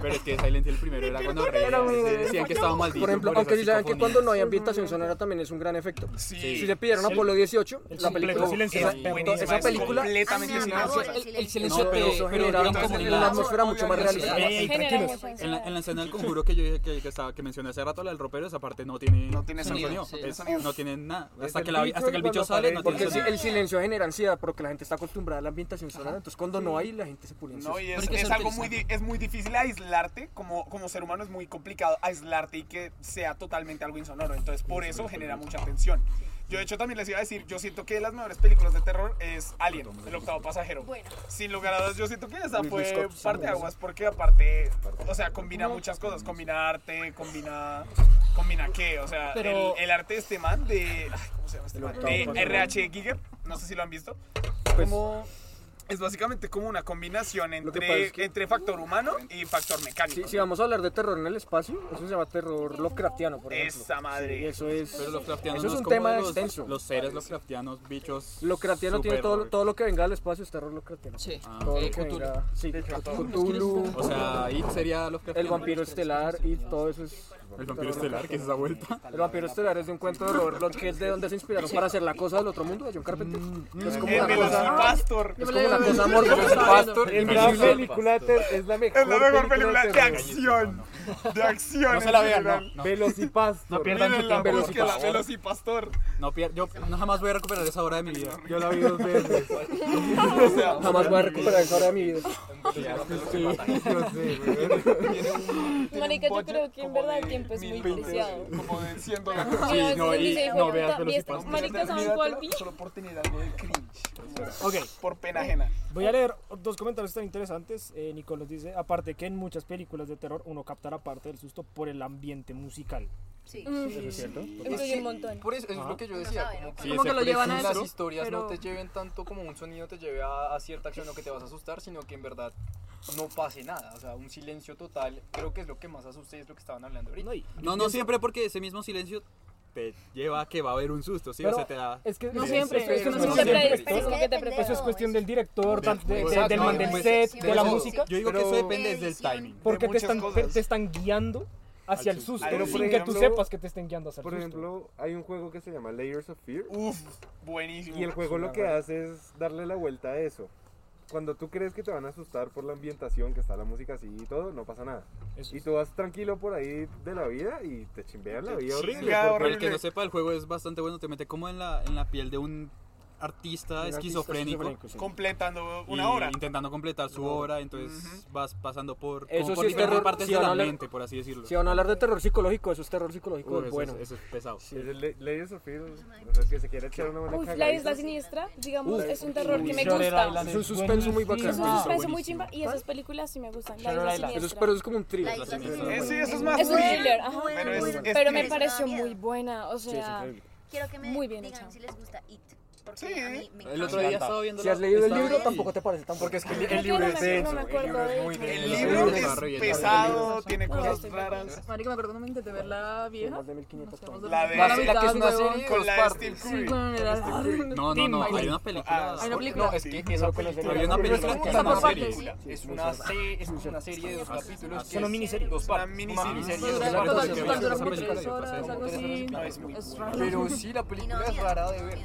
F: Pero es que Silent Hill primero era cuando
D: Era muy bueno.
F: decían que estaba maldito.
D: Por ejemplo,
F: por
D: aunque
F: esas
D: sí saben que
F: psicofonías.
D: cuando no hay ambientación sonora también es un gran efecto.
F: Sí.
D: Si le pidieron
F: Sí.
D: a Apolo 18,
F: El
D: la
F: completo
D: película,
F: silencio
D: esa,
F: es buenísima,
D: esa
F: es
D: película,
F: completamente
D: Sí,
F: silencio.
D: no,
F: El- el
K: silencio
D: no,
K: te-
D: pero eso
K: pero
D: genera
K: gran
D: como
K: comunidad.
D: una atmósfera mucho más
F: Obviamente,
D: realista.
F: sí.
D: pues.
F: En la, en la escena del conjuro que yo dije que, que estaba- que mencioné hace rato, la del ropero, esa parte no tiene, no
H: tiene
F: sonido.
H: sonido, sí.
F: Es-
H: No tiene sonido.
F: No tiene nada.
D: Desde
F: Hasta que, la- hasta que el bicho
D: cuando
F: sale, no
D: aparece. Porque
F: tiene
D: sí,
F: sonido.
D: el silencio genera ansiedad, porque la gente está acostumbrada a la ambientación sonora, entonces cuando no hay, la gente se pone
H: No, y
D: ansiosa.
H: es, es algo muy, di- es muy difícil aislarte, como, como ser humano es muy complicado aislarte y que sea totalmente algo insonoro, entonces por eso genera mucha tensión. Yo de hecho también les iba a decir, yo siento que las mejores películas de terror es Alien, el octavo pasajero. Sin lugar a dudas, yo siento que esa
J: Ridley
H: fue
J: Scott, sí,
H: parte de
J: sí.
H: aguas porque aparte, o sea, combina muchas cosas, combina arte, combina combina qué, o sea,
J: Pero-
H: el, el arte de este man de ay, ¿cómo se llama este
J: El
H: man?
J: octavo
H: De
J: pasajero.
H: RH Giger, no sé si lo han visto. como es básicamente como una combinación
D: pasa
H: entre,
D: es Pues, que-
H: entre factor humano y factor
D: Si,
H: mecánico.
D: si vamos a hablar de terror en el espacio, eso se llama terror Lovecraftiano, por ejemplo.
H: Esa madre.
D: Sí, eso es.
F: Pero los craftianos
D: eso es
F: no
D: un
F: como
D: tema
F: los,
D: extenso.
F: Los seres, los craftianos, bichos.
D: Lovecraftiano tiene
F: super-
D: todo, todo lo que venga del espacio es terror Lovecraftiano.
K: Sí.
D: Todo
F: Eh,
D: lo que
F: Cthulhu.
D: venga. Sí,
F: De hecho, todo.
D: Cthulhu.
F: O sea, It sería
D: El
F: Lovecraftiano.
D: vampiro estelar y todo eso es.
F: El vampiro estelar, ¿qué es esa vuelta?
D: El vampiro estelar es de un cuento de Robert Bloch que es de donde se inspiraron para hacer la cosa del otro mundo de John Carpenter.
F: Mm,
D: Es como
H: El
D: una cosa.
H: Velocipastor.
D: Es como una cosa morbosa.
J: Es la película de ter- es la mejor,
H: Es la mejor película de
J: terror.
H: acción. De acción.
J: No se la
H: en
J: vean, no,
H: general.
J: no. Velocipastor. No pierdan su
H: Mírenla,
J: tiempo.
H: búsquenla,
J: Velocipastor.
H: Velocipastor.
F: No, pier- yo no jamás voy a recuperar esa hora de mi vida.
J: Yo la vi dos veces.
H: O sea,
D: Jamás voy a recuperar esa hora de mi vida.
G: Marica, yo creo que en verdad el tiempo es muy preciado.
H: Como de 100 dólares.
G: Sí, no, y no veas Velocipastor. este Marica, ¿saben cuál vi?
H: Solo por tener algo de cringe.
C: Ok.
H: Por pena ajena.
C: Voy a leer dos comentarios tan interesantes. Eh, Nicolás dice, aparte que en muchas películas de terror uno captará parte del susto por el ambiente musical.
E: Sí.
F: Mm.
C: ¿Eso es cierto?
G: Influye un montón.
L: Por eso, eso es
C: Ajá.
L: lo que yo decía.
E: sabe,
L: Como
E: ¿no?
L: que,
F: Sí, Como ese que lo llevan a
L: las
F: eso,
L: historias no
F: pero-
L: te lleven tanto como un sonido te lleve a, a cierta acción o que te vas a asustar, sino que en verdad no pase nada. O sea, un silencio total creo que es lo que más asusta y es lo que estaban hablando ahorita.
F: No, no siempre porque ese mismo silencio te lleva a que va a haber un susto, ¿sí? O
L: Pero
F: sea, te da...
L: es que-
G: No siempre,
L: es que no
G: siempre
E: Pero es
G: es como
E: que
G: que te
E: depende
G: preparas.
C: Eso es cuestión del director, tan- de- de-
F: Exacto,
C: del man del
F: pues,
C: set,
F: sí,
C: de la
F: pero
C: música.
F: Yo digo que eso
C: Pero-
F: depende desde el timing.
C: Porque
J: De
C: te están,
J: muchas
C: te,
J: cosas.
C: te están guiando hacia el susto,
J: Pero, por
C: sin que tú
J: ejemplo,
C: sepas que te estén guiando hacia el
J: Por
C: susto.
J: ejemplo, hay un juego que se llama Layers of Fear.
H: Uf, buenísimo.
J: Y el juego lo que hace es darle la vuelta a eso. Cuando tú crees que te van a asustar por la ambientación, que está la música así y todo, no pasa nada. y tú vas tranquilo por ahí de la vida y te chimbean la
F: Te
J: vida horrible.
F: chinga,
J: porque-
F: Para el que no sepa, el juego es bastante bueno. Te mete como en la, en la piel de un artista
H: artista
F: esquizofrénico.
H: esquizofrénico, sí. Completando
F: Y
H: una obra.
F: Intentando completar su obra. Entonces vas pasando por, como
D: Eso
F: por
D: sí es
F: diferentes
D: terror.
F: partes
D: si
F: de
D: van a
F: la
D: hablar-
F: mente, por así decirlo.
D: Si van a hablar de terror psicológico, eso es terror psicológico
F: Uy, eso es-
D: bueno.
F: eso es pesado.
J: Es el Le- Layers of Fear, o sea, el que se quiere echar una buena
G: Uf,
J: cagadita.
G: la isla siniestra, digamos,
J: Uf.
G: es un terror que me
J: Shutter
G: gusta.
J: Island Es un es suspenso muy buenísimo. bacán.
G: Es un suspenso muy
J: Buenísimo.
G: chimba y esas películas sí me gustan. La
J: Shutter
G: isla
J: Island.
G: siniestra.
D: Eso es- pero eso es como un thriller. La isla siniestra.
H: Eh, sí, eso es más
G: Es un
H: thriller.
G: thriller, ajá.
H: Pero es- es
G: Pero me
H: thriller.
G: pareció muy buena, o sea.
E: Quiero que me
G: Muy bien
E: digan
G: hecha.
E: si les gusta It. Porque a mí me
L: El otro día
E: encanta.
L: estaba viendo
D: Si has leído el
L: estaba-
D: libro, tampoco te parece tan
L: Porque es que el,
D: fuerte.
L: el libro
G: no
L: es
G: me-
L: denso.
G: no me
L: el libro
G: acuerdo
L: es
G: de
L: muy
G: ello.
L: denso.
H: El libro
L: es
H: es
L: horrible.
H: pesado, tiene cosas
G: estoy
H: raras.
I: Marica, me acuerdo cuando intenté ver la vieja.
H: La de-
L: La que es una serie de
H: con
L: dos
H: la de Steve
L: partes.
H: Curry.
F: No, no, no. Hay una película.
I: Hay una película.
L: No, es que esa película.
F: Hay una película
L: es
F: que
L: como
F: es
L: una
F: una
L: serie.
F: serie.
L: Es una se- es como una serie de dos capítulos. que
C: Son
L: es
C: miniseries.
L: Dos partes.
H: Una
D: Ah,
L: Una
H: miniserie.
L: miniserie.
H: Dura
L: dos
H: como
L: partes.
H: tres
L: Dura
H: horas,
L: como
H: algo
L: tres
H: así.
L: horas, algo
I: algo
L: así.
H: No, es muy buena.
L: Pero sí, la película es rara de ver.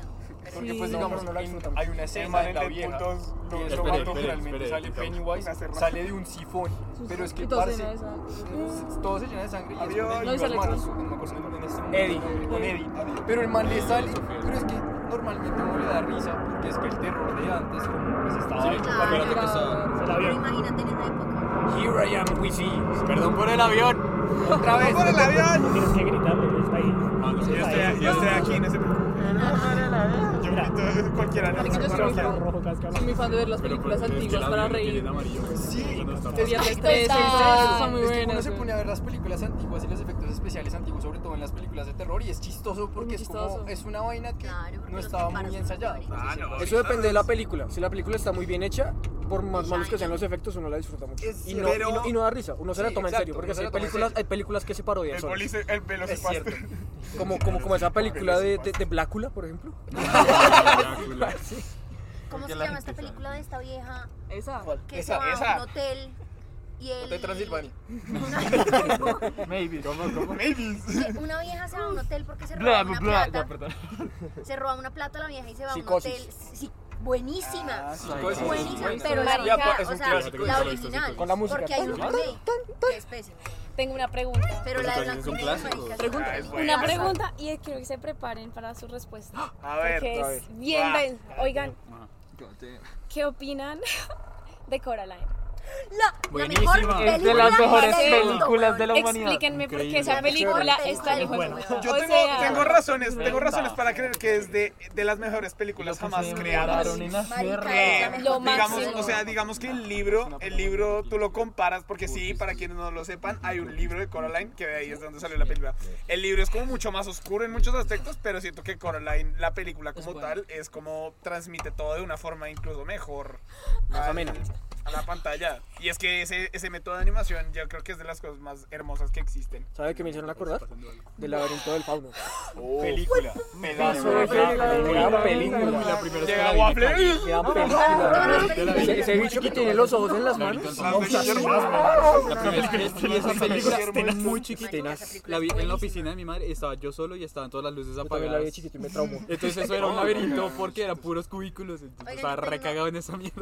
L: Porque pues
I: Sí.
L: digamos, en- hay una
H: El
L: escena
H: man
L: en
H: en
L: la
H: el
L: vieja.
H: punto
L: que
H: no-
L: es
H: no
L: cuando
H: mató.
L: realmente
H: Espere,
L: sale
H: espere. Una
L: Pennywise,
H: cerrada.
L: sale de un sifón. Pero es que
I: Y todo se
L: parce,
I: llena de sangre.
L: se- todo se llena de sangre y es
H: Adiós.
L: con el
H: No, y
L: mismo
H: sale
L: hermano,
H: Cruz.
L: no me acuerdo el nombre en este
D: Eddie.
L: momento, con Eddie. Pero el man le sale, pero es que normalmente no le da risa porque es que el terror de antes como pues estaba ahí.
E: Claro,
L: Pero-
E: pero imagínate en esa época.
L: Here I am with you. Perdón por el avión. Otra vez.
H: ¡Por el avión!
C: Tienes que gritarle, está ahí.
H: Yo estoy, yo estoy aquí en ese Yo grito cualquiera. No,
I: Marica, yo soy muy
H: cualquiera.
I: fan-
C: Rojo, cascabel.
I: soy muy fan de ver las
H: Pues,
I: películas antiguas para reír.
L: Sí,
I: Te días de
L: es
I: estrés,
L: que
I: son muy
L: es que uno
I: buenas.
L: se pone a ver las películas antiguas y los efectos especiales antiguos, sobre todo en las películas de terror, y es chistoso porque es como
I: chistoso.
L: es una vaina que
E: Claro, porque
L: no
E: los
L: estaba
E: comparas
L: muy
E: con
L: ensayada.
E: Johnny.
L: pues,
H: Ah,
L: ese-
H: no,
D: Eso depende de la película. Si la película está muy bien hecha, por más malos que sean los efectos, uno la disfruta mucho.
L: Es
D: Y no,
L: cierto.
D: y no, y no da risa, uno se la
L: Sí,
D: toma en
L: exacto,
D: serio.
L: uno
D: Porque
L: se
D: hay
L: la toma en
D: películas,
L: serio.
D: hay películas que se parodian
H: El,
D: solas.
H: bolice- el
L: Es
H: velocipastor.
L: cierto.
D: Como, como, como esa película de, de, de Blácula, por ejemplo.
E: ¿Cómo se llama esta película de esta vieja
I: Esa.
E: que
L: Esa,
E: se va a
L: esa.
E: un hotel y él...
L: De Transilvania.
F: Maybe. ¿Cómo, cómo?
E: que Una vieja se va a un hotel porque se roba una plata. Se roba una plata la vieja y se va a un
D: Psicosis.
E: hotel. Sí, buenísima.
L: psicosis.
E: buenísima,
L: Buenísima.
E: pero la
L: Ya, pa-
E: vieja,
L: es un
E: o sea,
L: clásico, yo
E: la
L: solo he visto
E: original.
D: Con la música.
E: Porque hay un remake que es pésimo.
G: Tengo una pregunta.
E: Pero la de
F: Entonces, es
E: blanco
F: un
E: y negro,
F: clásico.
E: marica,
H: Pregunta.
E: es
H: Ah, es
E: buena.
G: Una pregunta y quiero que se preparen para su respuesta.
H: A ver,
G: porque
H: a
G: es bien,
H: Ah,
G: ben- Oigan, ¿qué opinan de Coraline?
E: la mejor película
I: Es de las mejores
E: del mundo,
I: películas de la humanidad.
G: Explíquenme por qué esa película es tan buena.
H: Yo
G: O
H: tengo,
G: sea,
H: tengo razones, tengo razones para creer que es de, de las mejores películas jamás creadas.
I: demoraron en hacer.
H: Eh,
G: Lo
H: digamos,
G: máximo.
H: o sea, digamos que el libro, el libro tú lo comparas porque sí, para quienes no lo sepan, hay un libro de Coraline que de ahí es de donde salió la película. El libro es como mucho más oscuro en muchos aspectos, pero siento que Coraline, la película como tal, es como transmite todo de una forma incluso mejor.
D: Más
H: al-
D: amena.
H: A la pantalla. Y es que ese, ese método de animación yo creo que es de las cosas más hermosas que existen.
D: ¿Sabe qué me hicieron acordar? Del laberinto del fauno.
H: Película.
D: Película. Gran película.
H: La primera Llega Waffle.
D: Gran película. Ese- Ese bicho que tiene los ojos en las manos.
F: La primera vez que vi esa película era muy chiquitinas. La vi en la oficina de mi madre, estaba yo solo y estaban todas las luces
D: también
F: apagadas.
D: la vi de chiquito y me traumó.
F: Entonces eso era un laberinto porque eran puros cubículos. Entonces estaba
E: yo tengo-
F: recagado en esa mierda.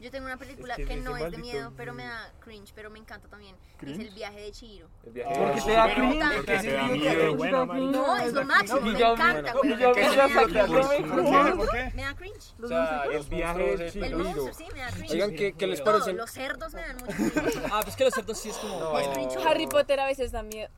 E: Yo tengo una película
F: Es que
E: que,
F: ese
E: no es de
F: maldito
E: miedo, pero me da cringe, pero me encanta también. Es
F: ¿Cringe?
E: El viaje de Chihiro.
J: El
F: viaje
E: de
F: de Porque te da Chihiro.
E: Chihiro.
F: cringe, porque sí, sí, sí, sí, buena, marica.
E: No, es lo máximo, me
F: Y yo-
E: encanta.
F: y
E: güey.
F: yo-
E: Me
F: yo saqué
E: da
F: algo
E: cringe.
F: mejor. ¿Por qué? ¿Por
E: ¿Por qué? Me da cringe.
D: O sea, el viaje del
E: El
D: Chihiro.
E: monstruo, sí, me da cringe.
D: Oigan, ¿qué- qué les
E: Todo,
D: parece?
E: Los cerdos me dan mucho
K: Ah, pues que los cerdos sí es como. pues,
G: Harry Potter a veces da miedo.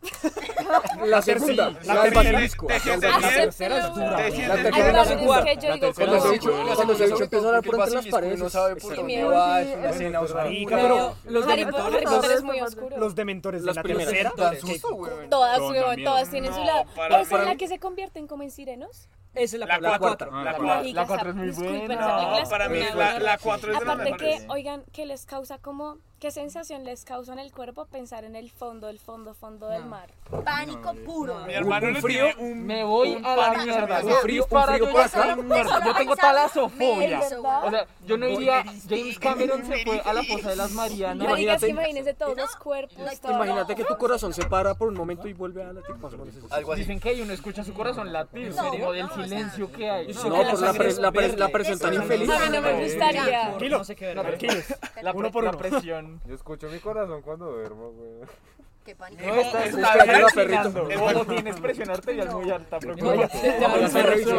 D: La segunda,
K: Sí,
D: la del
K: tercera-
D: basilisco.
K: te sientes
D: La
K: bien,
D: tercera es
K: te
D: dura.
K: sientes
D: La
K: bien. Hay
D: tercera es la
K: varias
D: cuarta.
K: veces que yo digo,
D: Cuando se
K: ¿cómo?
D: bicho-
K: ¿cómo?
D: Cuando se
K: ¿cómo?
D: bicho empieza a hablar por
K: ¿cómo?
D: entre las
K: ¿cómo?
D: paredes, no sabe por
K: Sí,
D: dónde
K: miedo.
D: va, es una
K: Sí,
D: escena
K: es
D: oscura.
K: marica, pero los
G: Harry
K: dementores-
G: Potter Potter es muy oscuro.
C: Los dementores de la
D: primeras
C: tercera.
D: dan
C: Sí.
D: susto, güey.
G: Todas,
C: Son
G: weón,
C: también.
G: todas tienen su
C: No,
G: lado.
C: para
G: ¿Esa es
C: mí-
G: la que se convierten como en sirenos?
K: Esa es la
H: La
K: la
H: cuatro,
K: cuatro.
H: la
K: La
H: cuatro.
K: cuatro.
H: La cuatro
K: es muy
G: Disculpen,
H: buena.
G: esa película
H: No,
G: es
H: para mí
G: una
H: la-
G: buena.
H: la cuatro es de las
G: Aparte que,
H: mejores.
G: oigan, que les causa como, qué sensación les causa en el cuerpo pensar en el fondo, el fondo, fondo del mar.
E: Pánico puro.
H: Mi hermano
D: Un
H: le
D: frío,
H: tiene un
I: Me voy a la mierda.
D: Un frío, un
I: Para,
D: frío
I: yo
D: por
I: ya estoy
D: acá.
I: muerto. Yo tengo
G: ¿De
I: talasofobia.
G: verdad?
I: O sea, yo no iría. James Cameron se fue a la fosa de las Marianas.
G: Maricas,
D: imagínate-
G: imagínense todos los cuerpos, todo.
D: Imagínate que tu corazón se para por un momento y vuelve a latir. Algo
I: Dicen que ahí uno escucha su corazón latir,
D: No,
I: como del silencio que hay.
D: No, por la, pre- la, pre- la presión tan infeliz.
G: A mí no me gustaría.
C: Tranquilo,
I: No sé qué ver.
C: tranquilos.
I: La pre-
C: Uno por
I: la
C: uno.
I: presión.
J: Yo escucho mi corazón cuando duermo, güey.
E: Qué pánico.
I: No está
J: Es cayendo la perrito.
I: estirando. Luego tienes presión arterial muy alta.
H: Preocúpate.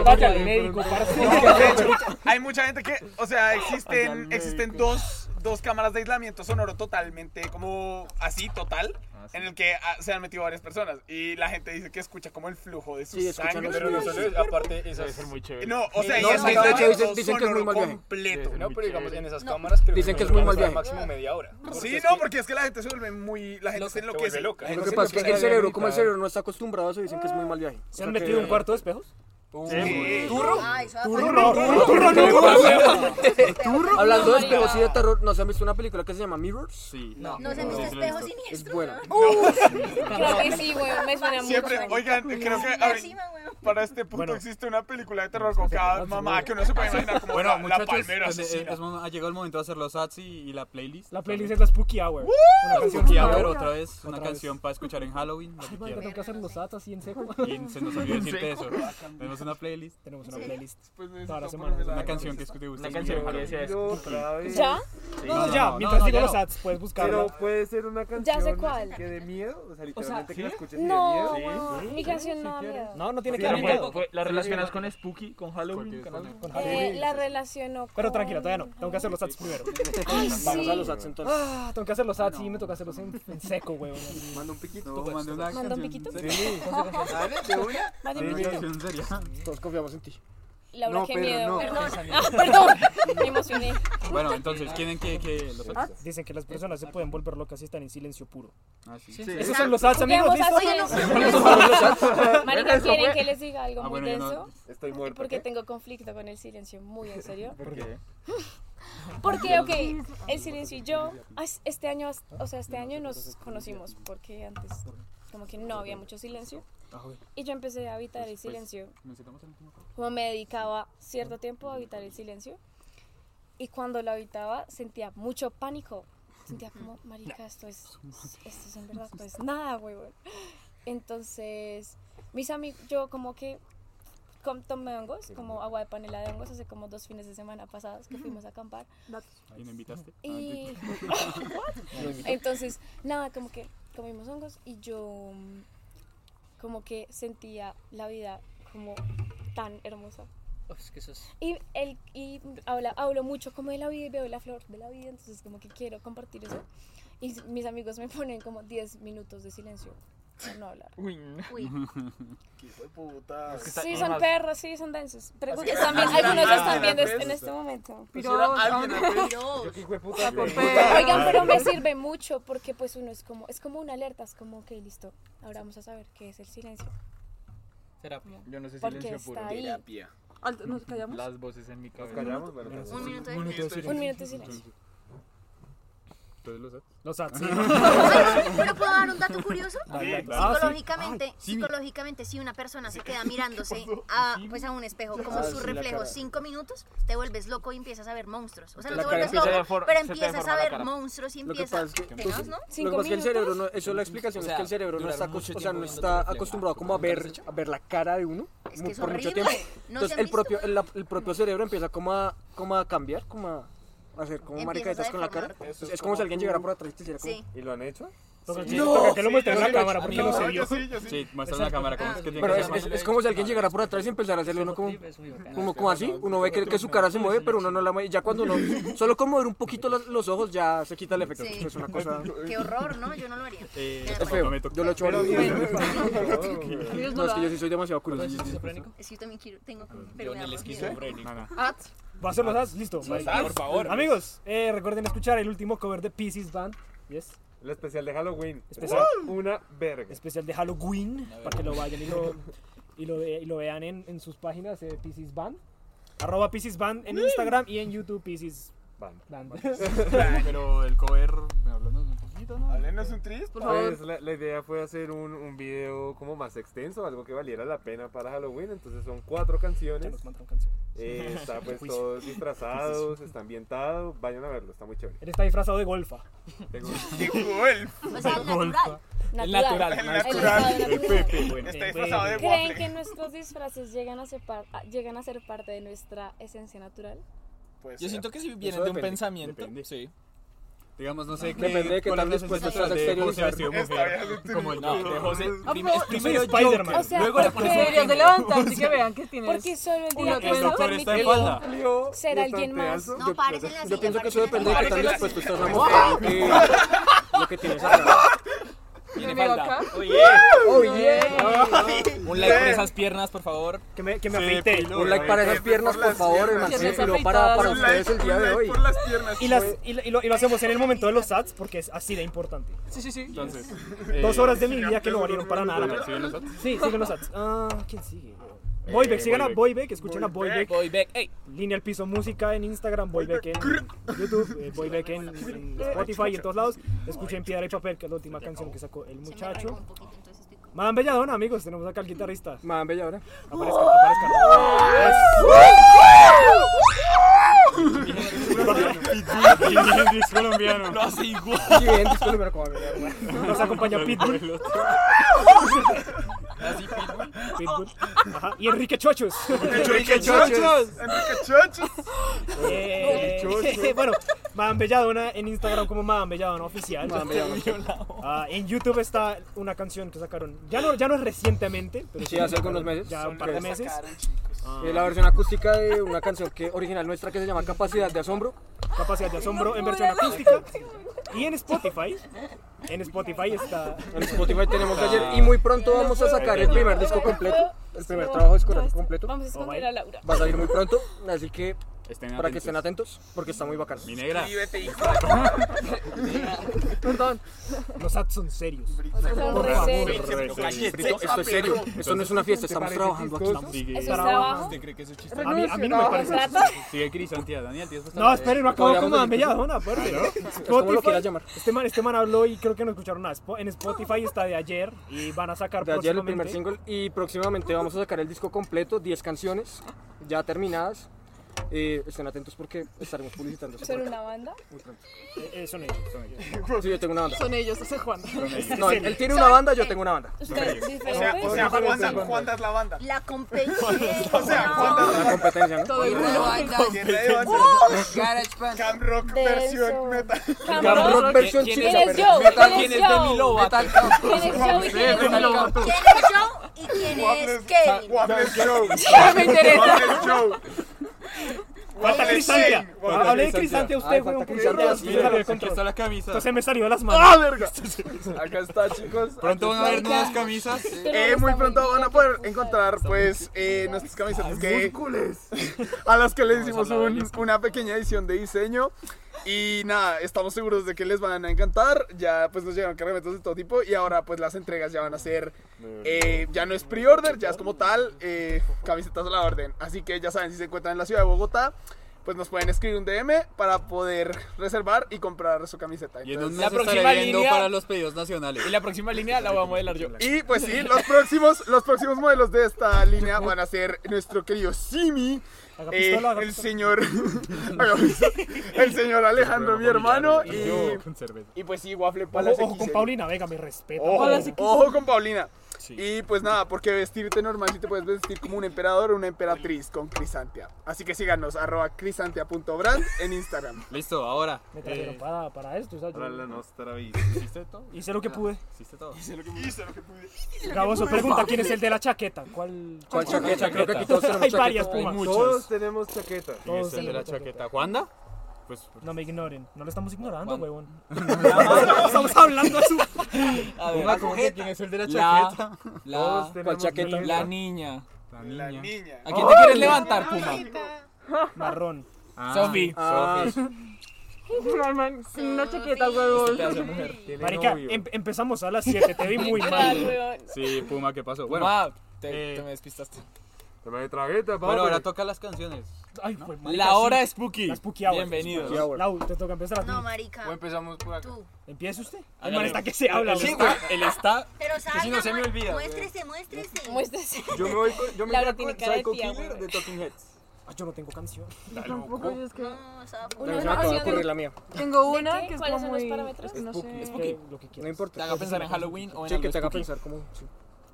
I: Vaya al médico,
H: No, de hecho, hay mucha gente que, o sea, existen, existen dos, dos cámaras de aislamiento sonoro totalmente, como así, total, en el que ah, se han metido varias personas. Y la gente dice que escucha como el flujo de su
D: Sí, escuchan
H: sangre.
D: los ruidos. Aparte, esas.
H: No, o sea,
D: No,
H: y es
D: de
H: que es
D: hecho,
H: un
D: dicen- dicen que es muy
H: sonoro
D: mal viaje.
H: completo.
D: No, pero digamos, en esas cámaras creo Dicen que es nos muy mal vamos a dar viaje. máximo media hora.
H: Sí, no, porque es que la gente se vuelve muy, la gente se enloquece.
D: Lo que pasa es que el cerebro, como el cerebro no está acostumbrado a eso, dicen que es muy mal viaje.
C: ¿Se han metido un cuarto de espejos?
D: Sí.
E: Ah, eso da
D: Turro, turro, turro, turro. Hablando de espejos y de terror, ¿no se han visto una película que se llama Mirrors? Sí.
E: No, no se han visto espejos siniestros.
D: Es buena.
G: Creo que sí, weón, me suena mucho.
H: Siempre, oigan, creo que ahorita- para este punto existe una película de terror con cada mamá que uno se puede imaginar como
F: Bueno,
H: la, la
F: muchachos,
H: palmera
F: es- es-
H: asesina.
F: es mom- ha llegado el momento de hacer los ads y, y la playlist.
C: La playlist es la Spooky Hour. Una canción
F: Y a
C: Spooky
F: ver,
C: Hour.
F: otra vez, una
C: Otra vez.
F: canción para escuchar en Halloween. lo que
C: Marica,
F: quieran.
C: toca hacer los datos así en seco.
F: Y se nos olvidó decirte eso. Tenemos una playlist.
C: Tenemos una playlist.
H: Después necesito
C: Toda la semana.
H: ponerme la-
F: Una canción que es que te gusta.
I: Una canción
F: mucho.
I: que decía es
F: Pues,
G: ¿Ya?
C: No,
F: No,
C: no,
F: no,
C: ya,
F: no,
C: mientras
F: no,
C: digo
F: ya
C: los
F: no.
C: ads, puedes buscarla.
J: Pero puede ser una canción
G: sé cuál.
J: que de miedo, o sea, literalmente que la escuches y de miedo.
G: No, weón, mi canción no da miedo.
C: No, no tiene que
I: Pero
C: dar
I: bueno,
C: miedo.
I: fue- ¿La relacionas con Spooky, con Halloween? con algo?
G: Eh, la relaciono con...
C: Pero tranquila, todavía no. Tengo que hacer los ads primero.
G: Ay, sí.
D: Vamos a los ads entonces.
C: Ah, tengo que hacer los ads y me toca hacerlos en, en seco, weón.
D: Manda un piquito. pues.
F: No, mandé una
G: ¿Manda un
F: canción
G: piquito?
F: seria.
D: Dale, de una.
G: Mande un
F: Una
G: poquito.
F: canción seria.
D: Todos confiamos en ti.
G: Laura,
D: No,
G: qué
D: pero
G: miedo.
D: no.
G: Perdón. Ah, perdón. Me emocioné.
F: Bueno, entonces, ¿quieren que, que los
G: ¿Ah?
F: ads?
C: Dicen que las personas se pueden volver locas si están en silencio puro.
F: Ah, sí.
C: Esos son los ads, amigos.
G: Juguemos
C: ¿listo?
G: así. Maricas, ¿quieren que les diga algo
F: Ah,
G: muy
F: bueno, yo no-
G: denso?
J: Estoy muerto.
G: Porque
J: ¿qué?
G: tengo conflicto con el silencio, muy en serio.
F: ¿Por qué?
G: Porque, ok, el silencio y yo, ah, es- este año, o sea, este año nos conocimos porque antes como que no había mucho silencio
F: Ah,
G: y yo empecé a Pues, eh, habitar
F: Pues,
G: el silencio, como me dedicaba cierto tiempo a habitar el silencio y cuando lo habitaba sentía mucho pánico, sentía como, marica, esto es, esto es en verdad, pues nada, huevón. Entonces, mis amigos, yo como que com- tomé hongos, como agua de panela de hongos, hace como dos fines de semana pasados que fuimos a acampar.
F: ¿Y no invitaste? Ah,
G: Y entonces, nada, como que comimos hongos y yo mm, como que sentía la vida como tan hermosa.
K: Uf, es pues, que eso es...
G: Y, el, y habla, hablo mucho como de la vida y veo la flor de la vida, entonces como que quiero compartir eso. Y mis amigos me ponen como 10 minutos de silencio por no hablar.
B: Uy, no.
G: Uy.
J: ¿Qué hijo de puta?
G: Sí, son perros, sí, son densos. Pero que están bien- algunos lo están viendo en este momento.
H: pues,
B: pues,
G: Oigan, pero me sirve mucho porque pues uno es como, es como una alerta, es como, ok, listo, ahora vamos a saber qué es el silencio.
K: Terapia.
B: Yo no sé
G: Porque
B: silencio
G: está
B: puro.
G: ahí.
B: Terapia.
I: Alto, ¿nos callamos?
B: Las voces en mi cabeza.
J: callamos? Bueno, Un entonces-
I: minuto de Un minuto de silencio.
G: Un minuto de silencio.
F: ¿Ustedes lo saben?
C: Los SAT, sí.
E: Pero puedo dar un dato curioso.
C: Adelante. Ah, sí.
E: Psicológicamente,
C: Ay, sí.
E: psicológicamente, si una persona se queda mirándose a, pues a un espejo como
K: Ah,
E: su
K: sí, la
E: reflejo
K: cara.
E: cinco minutos, te vuelves loco y empiezas a ver monstruos. O sea, no
K: La
E: te
K: cara
E: vuelves
K: empieza a
E: loco,
K: defor-
E: pero
K: se te
E: empiezas a
K: deforma la
E: ver
K: cara.
E: monstruos y
K: Lo que
E: empiezas.
K: pasa es que-
E: tenaz,
K: Cinco
E: ¿no?
D: Lo que pasa es que el
K: minutos.
D: cerebro, no, eso la explicación
K: O sea,
D: es que el cerebro no
K: durar
D: está,
K: mucho
D: acos- o sea, no
K: tiempo
D: está
K: viéndote
D: acostumbrado como a ver, a ver la cara de uno
E: Es que
D: mu-
E: es
D: por mucho
E: horrible.
D: tiempo.
E: ¿No
D: Entonces
E: se han
D: el propio, el, la- el propio cerebro empieza como a, como a cambiar, como a hacer como
E: Empiezas
D: maricadetas
E: a
D: con la cara.
E: deformarte.
D: Entonces,
J: Eso
D: es,
J: es
D: como, si
J: como
D: alguien
J: tú-
D: llegara por atrás y te hiciera como...
E: Sí.
J: ¿Y lo han hecho?
C: Toca
D: Sí.
C: que- toca que lo
D: Sí,
C: muestren en
D: yo
C: la
D: sí.
C: cámara
D: A
C: porque
D: mí
C: no
D: no,
C: se
D: yo
C: vio.
D: sí, yo sí.
F: Sí, muestran la cámara. ¿Cómo es que tiene
D: Pero
F: que
D: es,
F: ser?
D: es, es como si alguien llegara por atrás y empezara a hacerle uno como, como, como así. Uno ve que, que su cara se mueve, pero uno no la mueve. Ya cuando uno, solo con mover un poquito los, los ojos, ya se quita el efecto.
E: Sí.
D: Es una cosa...
E: Qué horror, ¿no? Yo no lo haría.
D: Es feo. Yo lo he hecho varias veces. No, es que yo sí soy demasiado curioso.
E: Es que yo también quiero, tengo
K: Yo en el esquizofrénico.
C: ¿Va a ser los as? Listo.
K: Los
C: Vale.
K: as, por favor.
C: Amigos, eh, recuerden escuchar el último cover de Pieces Band. Yes.
J: El especial de Halloween.
C: Especial.
J: Una verga.
C: Especial de Halloween. Para que lo vayan y lo, y lo, ve- y lo vean en, en sus páginas de Pieces Band. Arroba Pieces Band en Instagram y en YouTube Pieces
J: Band.
F: Pero el cover, me hablando un poquito, ¿no?
H: Háblenos un tris, por favor.
J: Pues la, la idea fue hacer un, un video como más extenso, algo que valiera la pena para Halloween. Entonces son cuatro canciones. Eh, está pues
C: Juicio.
J: todos disfrazados, está ambientado. Vayan a verlo, está muy chévere.
C: Él está disfrazado de golfa.
J: De golfa.
H: De golf.
E: O sea, el natural.
C: El natural,
H: El
C: maestro.
H: natural.
C: El estado natural. Bueno.
H: Está disfrazado de
G: ¿Creen
H: waffle.
G: que nuestros disfraces llegan a ser, par- a- llegan a ser parte de nuestra esencia natural?
B: Yo siento que si viene
F: Eso
B: de un
F: depende,
B: pensamiento. Sí.
F: Digamos, no sé qué.
B: Ah, Depende de qué
F: cuál
B: tan
F: es la
B: dispuesto
F: sensación
B: estás a
F: de José
B: exteriorizar.
F: vestido de mujer. Como el
B: No,
F: de
B: de José.
F: José.
B: Ah,
F: prim-
B: pero yo
F: es primero
B: soy
F: Joker,
B: Spider-Man.
G: O sea,
F: luego le
G: ¿por
F: pones
G: qué?
F: un
I: Deberías de
F: gimmico.
I: levantarte y que vean que tienes.
G: Porque solo el día
I: Una
G: que no
F: cosa. El doctor está en
G: permitido
F: falda.
G: ser alguien más.
J: Yo-
E: No, párese en la
D: Yo
E: silla.
D: pienso que
E: párese
D: eso
E: en la
D: depende
E: silla.
D: de qué tan
H: Parece
D: dispuesto estás a
H: la-
D: mostrar lo que- lo que tienes acá.
B: Tiene
I: Mira
B: falda.
I: acá.
B: Oye.
D: Oh, yeah.
B: Un like para esas piernas, por favor.
C: Que me, que me
F: Se
C: afeité.
F: depiló.
D: Un like para esas piernas, por favor, hermano.
I: piernas.
D: Pero para, para
H: Un like,
D: ustedes el
H: un
D: día de
H: like
D: hoy. Pues,
H: por las piernas.
C: Y, las, y, lo- y lo, y lo hacemos en el momento de los ads porque es así de importante.
I: Sí, sí, sí.
F: Entonces,
C: Dos
F: eh,
C: horas de mi vida que no valieron para nada.
F: bueno, ¿siguen los datos?
C: Sí, siguen los ads. Ah, ¿quién sigue? Boybeck, sigan a
F: Boybeck.
C: Boybeck, escuchen a Boybeck.
B: Voy back. Ey.
C: Línea al piso música en Instagram, Boybeck en YouTube, eh, Boybeck en, en Spotify y en todos lados. Escuchen Piedra y Papel, que es la última canción que sacó el
E: Se me regó
C: muchacho.
E: un poquito, entonces estoy como-
C: Madame Belladona, amigos, tenemos acá al guitarrista.
D: Man, bella ahora.
C: Aparezca, ¡Oh! aparezca.
E: ¡Oh!
F: Gingivis colombiano.
B: Lo hace igual.
D: Y bien, disculpe, pero como bella ahora.
C: Nos acompaña Pitbull.
F: Así, Pitbull.
C: Pitbull. Ajá, Y Enrique Chochos.
H: Enrique Chochos. Enrique Chochos.
C: Eh, bueno, Madame Belladona en Instagram como Madame Belladona Oficial. Ah, en YouTube está una canción que sacaron. Ya no, ya no es recientemente, pero
D: Sí, hace algunos meses.
C: Ya un par de meses. Ah,
D: Eh, La versión acústica de una canción que original nuestra que se llama Capacidad de Asombro.
C: Capacidad de asombro en versión acústica. Y en Spotify. En Spotify está.
D: En Spotify tenemos de ayer
C: Ah.
D: y muy pronto vamos a sacar el primer disco completo, el primer trabajo discográfico completo.
G: Vamos a
C: Oh
G: esconder
C: my.
G: a Laura.
D: Va a salir muy pronto, así que
F: Estén
D: para que estén
F: atentos.
D: atentos porque está muy bacano.
F: Mi negra.
H: Escríbete, hijo.
D: Perdón.
C: Los ads son serios.
G: Son
C: Por
G: re
C: favor.
G: serios.
D: Esto es serio, esto no es una fiesta, estamos trabajando aquí.
F: Sigue,
G: ¿Es un trabajo?
F: ¿Usted cree que eso es chistoso?
C: A mí, a mí no me parece.
G: ¿Trato?
F: Sigue Crisantia, Daniel, tienes que estar-
C: No, esperen, no acabo
D: Podríamos
C: como Madame
D: decir-
C: Belladona, aparte.
D: como lo quieras llamar.
C: Este man, este man habló y creo que no escucharon nada. Spo- En Spotify está de ayer y van a sacar
D: De ayer el primer
C: próximamente-
D: single y próximamente vamos a sacar el disco completo, 10 canciones ya terminadas. Eh, estén atentos porque estaremos publicitando. eso
G: ¿Son
D: por acá.
G: una banda?
C: Eh, eh, son ellos.
D: Sí, yo tengo una banda.
I: Son ellos, ese Juan. eh,
D: No, él él tiene una banda, yo tengo una banda.
G: ¿Ustedes
H: O sea, o
G: diferentes?
H: sea, Juanda, Juanda es la banda.
E: La competencia.
H: O sea, Juanda
D: La competencia, ¿no?
I: Todo el mundo baila.
H: Guerra de bandas. Cam Rock versión metal.
D: Glam
G: ¿Cabrón?
D: rock versión
B: ¿Quién
G: ¿Quién
D: chicha.
G: es yo?
B: Metal,
G: ¿Quién
B: ¿Quién
G: es
B: es Demi
G: yo?
B: Lovato?
G: ¿Quién es yo y quién es Demi Lovato?
E: ¿Quién es yo y quién ¿Quién es Kevin?
H: Waffles Show.
G: Ya me interesa.
H: Waffles Show.
C: Falta
H: Waffles
C: Crisantia.
H: Shane.
C: Ah, Hablé de Crisantia a usted, weón.
F: Aquí está la camisa.
C: Entonces me salió las manos.
H: ¡Ah, verga!
L: Acá está, chicos.
F: Pronto van a ver nuevas camisas.
H: Eh, muy pronto van a poder encontrar pues eh, nuestras camisetas que a las que les hicimos un- una pequeña edición de diseño y nada, estamos seguros de que les van a encantar. Ya pues nos llegaron cargamentos de todo tipo y ahora pues las entregas ya van a ser eh, ya no es pre-order, ya es como tal eh, camisetas a la orden. Así que ya saben si se encuentran en la ciudad de Bogotá pues nos pueden escribir un DM para poder reservar y comprar su camiseta.
F: Y en un
H: Entonces-
F: mes estaré viendo para los pedidos nacionales.
B: Y la próxima línea la voy a modelar yo.
H: y pues sí, los próximos, los próximos modelos de esta línea van a ser nuestro querido Simi,
C: Haga
H: eh,
C: pistola, haga
H: el
C: pistola.
H: señor, haga pistola, el señor Alejandro, mi hermano, y,
F: Yo con cerveza.
H: y pues sí, Waffle
C: Ojo,
H: Palace
C: ojo con
H: XL.
C: Paulina, venga, mi respeto.
H: Ojo, ojo con Paulina. Y pues nada, porque vestirte normal si te puedes vestir como un emperador o una emperatriz con Crisantia. Así que síganos, arroba crisantia.brand en Instagram.
F: Listo, ahora.
C: Me trajeron
F: Eh,
C: para, para esto, o sea, yo-
J: Para la nostra vida.
F: ¿Hiciste todo?
C: Hice lo que pude.
F: ¿Hiciste todo?
H: Hice lo que pude.
C: Gaboso pregunta quién es el de la chaqueta. ¿Cuál,
F: ¿Cuál chaqueta? Creo que aquí todos tenemos
C: Hay
F: chaqueta.
C: varias,
F: Hay
C: Puma.
F: muchas.
J: Todos tenemos chaqueta.
F: ¿Quién es
C: Todos
F: el de la
C: tenemos chaqueta.
F: chaqueta? ¿Juanda? Pues
C: No me ignoren, no lo estamos ignorando,
F: Juan-
C: huevón. estamos hablando a su.
K: A ver, ¿cómo
F: Una
K: que
F: cojeta.
K: ¿quién es el de la
F: La-
K: chaqueta?
F: la,
K: ¿Cuál chaqueta?
F: la niña.
H: La niña.
K: ¿A quién te quieres levantar, Puma?
C: Marrón.
F: Ah,
K: Sofi.
F: Sofi.
I: Normal, sin una chaqueta, huevón.
F: Te hace mujer.
J: Tiene
C: Marica,
J: novio.
C: em- empezamos a las 7, te vi muy mal.
F: Sí, Puma, ¿qué pasó? Bueno,
K: Puma, te,
F: eh,
K: te me despistaste.
J: Te me tragueta, papi.
F: bueno, ahora toca las canciones.
C: Ay, fue marica,
K: La hora
C: sí.
K: spooky.
C: Las spooky hours.
F: Bienvenidos.
C: Spooky hours. Lau, te toca empezar a ti.
E: No, marica.
L: O empezamos por acá.
E: Tú.
C: ¿Empieza usted? El
F: Hágale.
C: man está que se habla.
F: Él
C: güey.
F: está, él está.
E: Pero salga,
F: si no se me
E: mu-
F: olvida, güey.
E: Muéstrese, muéstrese.
G: Muéstrese.
L: Yo me voy con, yo me
G: Laura
L: voy con
G: tiene cara de
L: Psycho
G: tía,
L: Killer
G: güey.
L: de Talking Heads.
C: Ah, yo no tengo canción.
I: Tampoco yo es que.
E: No, sapo.
L: Pero
G: Una
L: se me acaba de
G: canción de-
L: ocurrir la mía.
I: Tengo una
G: ¿De
I: que
G: qué?
I: es
G: ¿Cuáles
I: como
G: son los
I: muy-
G: parámetros?
I: No sé.
C: Es que lo que quieras.
L: No
F: Te
L: importa.
F: haga pensar en Halloween o
L: Sí,
F: en
L: que
F: algo
L: te haga
F: spooky.
L: pensar como. sí.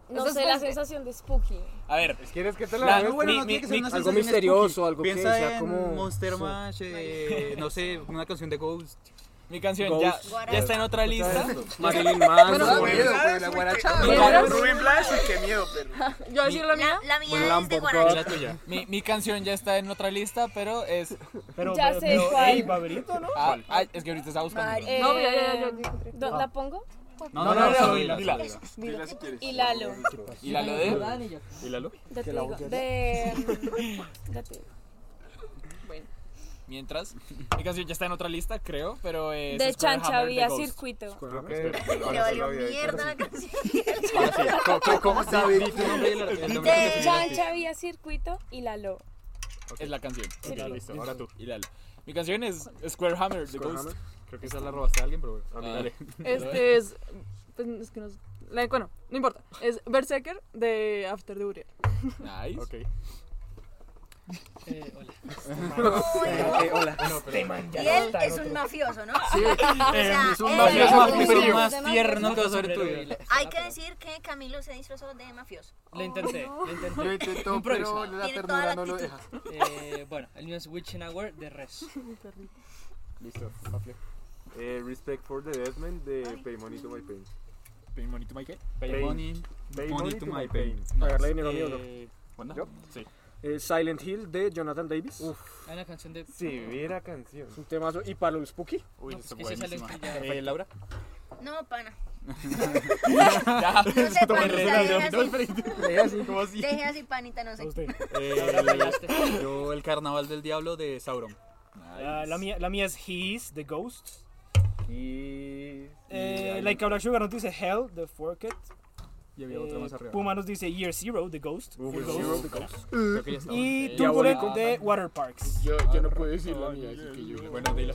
G: No sé, la sensación de spooky.
F: A ver,
J: ¿Quieres que te la
F: la-
J: haga?
F: mi-
L: no tiene
F: mi-
L: que ser
F: mi-
L: una
F: algo
L: sensación
F: misterioso,
L: spooky.
F: algo que
L: Piensa
F: sea
L: en
F: como
L: Monster
F: Mash, no sé, una canción de Ghost.
B: Mi canción ya, ya está en otra lista.
L: Marilyn Manson.
H: Rubén
L: güey.
H: Blas,
L: la
H: uy,
L: guaracha.
H: qué-
G: Claro.
H: Rubén Blas, uy, qué miedo, perro.
G: Yo decir la mía.
E: La, la mía
L: Bueno,
E: es de
L: Lampo,
E: guaracha.
F: Pues La tuya.
B: Mi, mi canción ya está en otra lista, pero es.
C: Pero,
G: Ya
C: pero-
G: sé
C: pero,
G: cuál.
C: ey, Baberito, ¿no?
B: ah, ay, es que ahorita estaba buscando.
G: Eh,
I: No, mira, ya, ya, ya.
G: ¿dó- ¿La pongo?
F: No, no, no, solo dila,
B: dila.
F: solo dila.
G: Y Lalo.
B: Y la lo de.
F: ¿Y Lalo?
G: Ya te digo. De. Ya te digo. Bueno.
B: Mientras. Mi canción ya está en otra lista, creo, pero es.
G: De
B: Square
G: chancha
B: Hammer de
G: vía
B: Ghost.
G: circuito.
J: Creo que-
E: Le valió mierda la canción.
F: Ahora sí.
G: Ah.
F: ¿Cómo- cómo- ¿Cómo se dice tu nombre y el el nombre que te sigue en ti?
G: Chancha vía circuito y Lalo.
B: Es la canción.
G: Ok,
F: Ya, listo, ahora tú.
B: Y Lalo. Mi canción es Square Hammer de Ghost.
F: Creo que esa la robaste a alguien, pero bueno.
B: mí.
F: Dale.
I: Este es. Pues es que no es- la- Bueno, no importa. Es Berserker de After the Uriah.
B: Nice.
F: Ok.
L: Eh, Hola.
E: Y él es un mafioso, ¿no? O sea,
F: Es un
E: él-
F: mafioso
G: mafioso
F: pero
G: frío.
F: más tierno que vas a ver tú.
E: Hay que decir que Camilo se disfrazó de mafioso. Oh,
K: Lo intenté, lo
L: Yo
K: intenté.
L: intento, pero
K: Improvisa.
L: la
E: Tiene toda
L: ternura
E: la
L: no lo
E: actitud.
L: deja.
K: Eh, bueno, el mío es Witching Hour de Res.
J: Listo, Mafle. Eh, Respect for the Deadman de Pay Money to My Pain.
B: Pay money to my qué?
F: Pay money,
J: Pay
F: money to my pain.
L: Pagarle dinero a mi dolor.
F: Eh, ¿Wanda?
L: ¿Yo?
F: Sí.
L: Eh, Silent Hill de Jonathan Davis.
K: Hay una canción de.
J: Sí, mira canción.
L: Un temazo. Y para los Spooky.
F: Uy,
K: No,
F: es
K: es que sale
F: buenísima.
K: que ya-
F: Eh, Laura.
E: No, pana.
B: Ya.
E: No sé, panita, deje
F: Herrera,
E: así.
F: ¿Cómo así?
E: Deje así, panita, no sé.
C: A usted.
F: Eh, yo, el carnaval del diablo de Sauron.
C: Ah, la, mía, la mía es His, The Ghost.
J: Y.
C: Eh, like Black Sugar nos dice Hell, The Forket.
F: Y había otra más arriba.
C: Puma nos dice Year Zero, The Ghost. The Ghost.
F: Creo que ya estaba.
C: Y
F: Diabólico.
C: Turbulent de Water Parks.
H: Yo, yo no puedo decir la mía, así que yo.
F: Bueno, dila.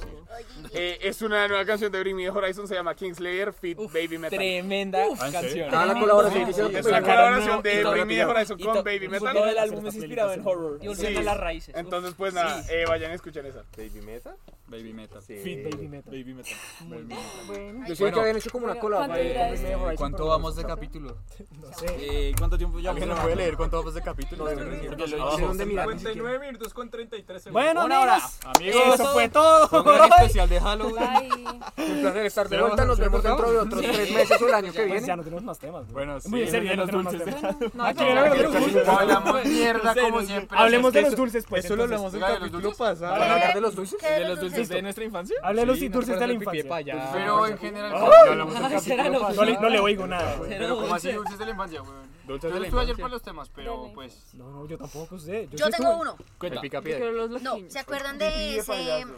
H: Eh, es una nueva canción de Bring Me the Horizon, se llama Kingslayer Fit Baby Metal.
B: Tremenda canción.
L: Ah, la colaboración que hicieron
H: Es
L: con
H: una
L: Puma.
H: colaboración
B: y
H: de
B: todo
H: Bring Me the
B: rápido.
H: Horizon con Baby
B: Todo
H: Metal.
B: el álbum es inspirado en horror.
K: Y volviendo a las raíces.
H: Entonces, pues nada, eh, vayan a escuchar esa.
J: Baby Meta.
F: Baby Metal.
C: Fit Baby Metal.
F: Baby Metal. Baby Metal.
D: Bueno. Yo sé que habían hecho como una colada.
F: ¿Cuánto,
D: para-
F: eh, ¿cuánto vamos de capítulo? No sé. ¿Cuánto tiempo ya?
L: Alguien no puede leer cuánto vamos de capítulo.
F: Porque lo
L: Abajo.
F: hice donde mirar.
O: 59 minutos con 33 segundos.
C: Bueno,
F: Una
C: amigos,
F: hora. Amigos,
C: eso
F: todo.
C: fue todo.
F: Fue un gran especial de Halloween.
D: Un placer estar de vuelta. Nos vemos dentro de otros tres meses o el año que
C: Pues ya
D: viene.
C: no tenemos más temas. güey.
F: Bueno,
C: Muy en
F: sí,
C: serio, ya no
F: los
C: tenemos más
F: dulces.
C: temas.
F: No,
C: Aquí
F: no,
C: ya no
F: no,
C: tenemos
F: no,
C: dulces.
F: no, hablamos mierda como siempre.
C: Hablemos de
F: Es que
C: los
F: eso-
C: dulces, pues.
F: eso lo
C: entonces.
F: hablamos en el capítulo pasado.
C: ¿Van a hablar
F: de los dulces?
C: ¿Qué de
F: ¿De
C: los
F: los dulces
C: dulces?
F: de nuestra infancia?
C: Hablé de los
F: Sí, no
C: dulces de la
F: recuerdo el pipí
C: infancia.
F: para allá.
C: Dulces de la
F: Pero en
C: infancia.
F: general,
C: ¡Ah!
F: sí, lo hablamos en
K: Será
F: el capítulo
K: lo-
F: pasado.
C: No le- no le oigo nada, güey.
F: Pero como así
K: Dulce.
F: dulces de la infancia, güey.
C: Dulces
F: Yo
C: de
F: no
C: la
F: estuve ayer
C: infancia.
F: para los temas, pero pues...
C: No, no, yo tampoco sé.
E: Yo
C: sí
E: tengo
C: estuve.
E: uno.
F: Cuenta.
L: pica
E: No, ¿se acuerdan
L: Mm, Pipí
E: de
L: de
E: ese
L: payaso.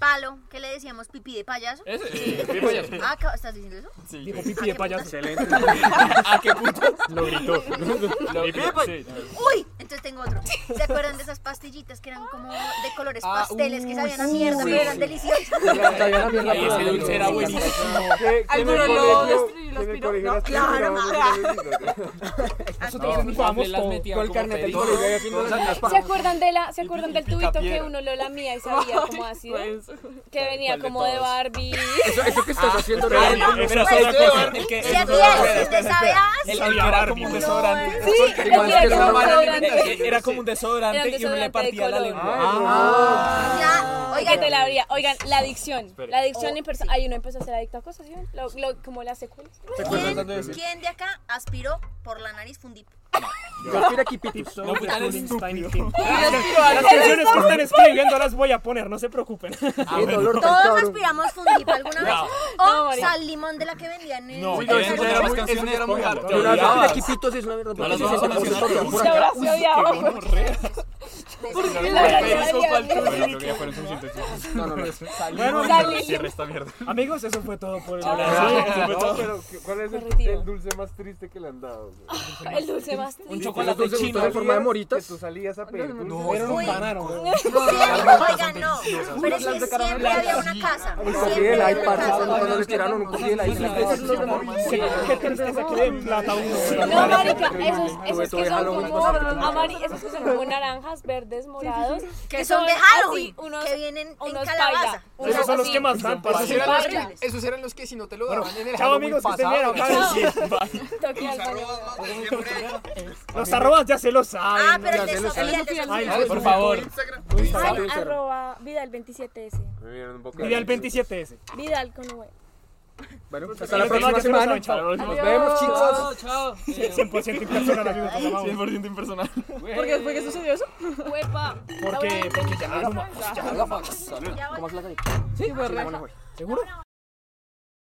E: palo que le decíamos pipí de payaso?
F: Ese, sí, pipí de payaso.
E: Ah, ca- ¿estás diciendo eso?
F: Sí.
C: Dijo pipí de payaso.
F: Excelente. ¿A qué punto? Lo gritó. Lo gritó. sí.
E: Uy, entonces tengo otro. ¿Se acuerdan de esas pastillitas que eran como de colores
F: Ah,
E: pasteles que
F: uy,
E: sabían a
F: sí,
E: mierda,
F: sí,
E: pero eran
F: sí.
E: deliciosas?
F: Ay, ese dulce era buenísimo.
J: Que- que en el
E: Alguno lo
J: colegio-
E: destruyó y
J: que en el
E: aspiró.
J: colegio
E: No,
J: las
E: claro,
J: tiraban
E: ma.
J: los golpecitos.
C: Vamos todo.
D: Todo el carnet del colegio ahí haciendo las
G: ¿Se acuerdan, de la, ¿Se acuerdan del tubito que
D: piedra.
G: uno lo lamía y sabía cómo ácido? Que venía
D: de
G: como de
D: todos?
G: Barbie.
D: Eso, eso que
I: Ah.
D: estás haciendo
C: espera,
D: realmente
C: espera,
D: no sé.
C: espera, espera, espera. El que-
E: Si hacía eso, te sabe
C: El
E: ácido.
C: que era como un desodorante.
G: Sí, el que era como un desodorante.
C: Era como un desodorante y uno le partía la lengua.
G: Ah, oigan, te la abría. Oigan, la adicción. La adicción en persona. Ay, uno empezó a ser adicto a cosas, ¿sí? Lo- lo- como las secuelas.
E: ¿Quién, quién de acá aspiró por la nariz fundip?
D: Yo aspiro aquí pitos.
C: No fui tan estúpido.
E: al
C: Las canciones que Ah, están escribiendo las voy a poner, no se preocupen.
D: Qué dolor tan
E: Todos
D: cabrón.
E: aspiramos fundip alguna vez.
C: No.
G: No,
E: O
G: María.
E: sal limón de la que vendían en
C: No,
E: el
C: yo esa era muy-
E: mercado.
C: canciones
F: era muy hardcore.
D: Yo no
F: Ya.
D: aspiro aquí pitos es una mierda.
F: No las
D: porque
F: vamos
D: se
F: a
D: pone
F: mencionar
D: todo
F: todas.
D: por
G: Se
D: acá.
G: abrazó y abajo.
C: Bueno,
G: Salí.
C: Amigos, eso fue todo por el
J: Ah, No,
C: Hola.
J: pero ¿qué- ¿cuál es el,
G: Derretido.
J: el dulce más triste que le han dado? güey?
G: Ah, El dulce más triste.
C: Un chocolate
D: Los dulces
C: chino.
D: en forma de
J: Que
D: moritas.
J: tú salías a pedir dulce.
D: Pues
C: Pero nos ganaron, güey.
E: Siempre, oigan, ¿eh? no. Pero es que siempre había una casa.
D: Un
E: Siempre
D: cogidel ahí,
E: había una
D: parchado.
E: casa.
D: Cuando les tiraron un cogidel ahí. se la quedaron.
C: Qué- Qué tristeza que den plata a uno. güey.
G: No, marica, esos, esos
D: todo
G: que
D: de
G: son
D: Halloween,
G: como
D: pasaba todo.
G: amari- esos que son como naranjas, verdes, morados,
E: Que son de Halloween.
G: así, unos
E: Que vienen en
G: unos
E: calabaza.
G: paila, unos
C: Esos son los
G: así.
C: que más dan, parce.
L: Esos eran los
G: Paila.
L: que- Esos eran los que si no te lo daban en el
C: Chao
L: Halloween
C: amigos, que estén
L: pasado,
C: bien. acá.
G: Toque al baño.
C: Los arrobas ya se lo saben.
E: Ah, pero el de Sofía, el de
C: Ay,
E: Sofía.
C: por favor.
G: Ay, arroba Vidal 27S.
J: Me dieron un bocado.
C: Y al 27S.
G: Vidal con V.
D: Bueno, pues, hasta la
C: Los demás
D: próxima
C: ya se lo
D: semana.
C: saben, chao.
D: Nos vemos, chicos.
F: Chao, chao.
C: 100% impersonal, amigos. nos amamos.
F: 100% impersonal.
I: ¿Por qué fue que sucedió eso?
G: Huepa.
C: Porque, porque ya, no más.
E: Ya va.
D: ¿Cómo es la carita?
L: pues,
I: Sí, fue re.
C: ¿Seguro?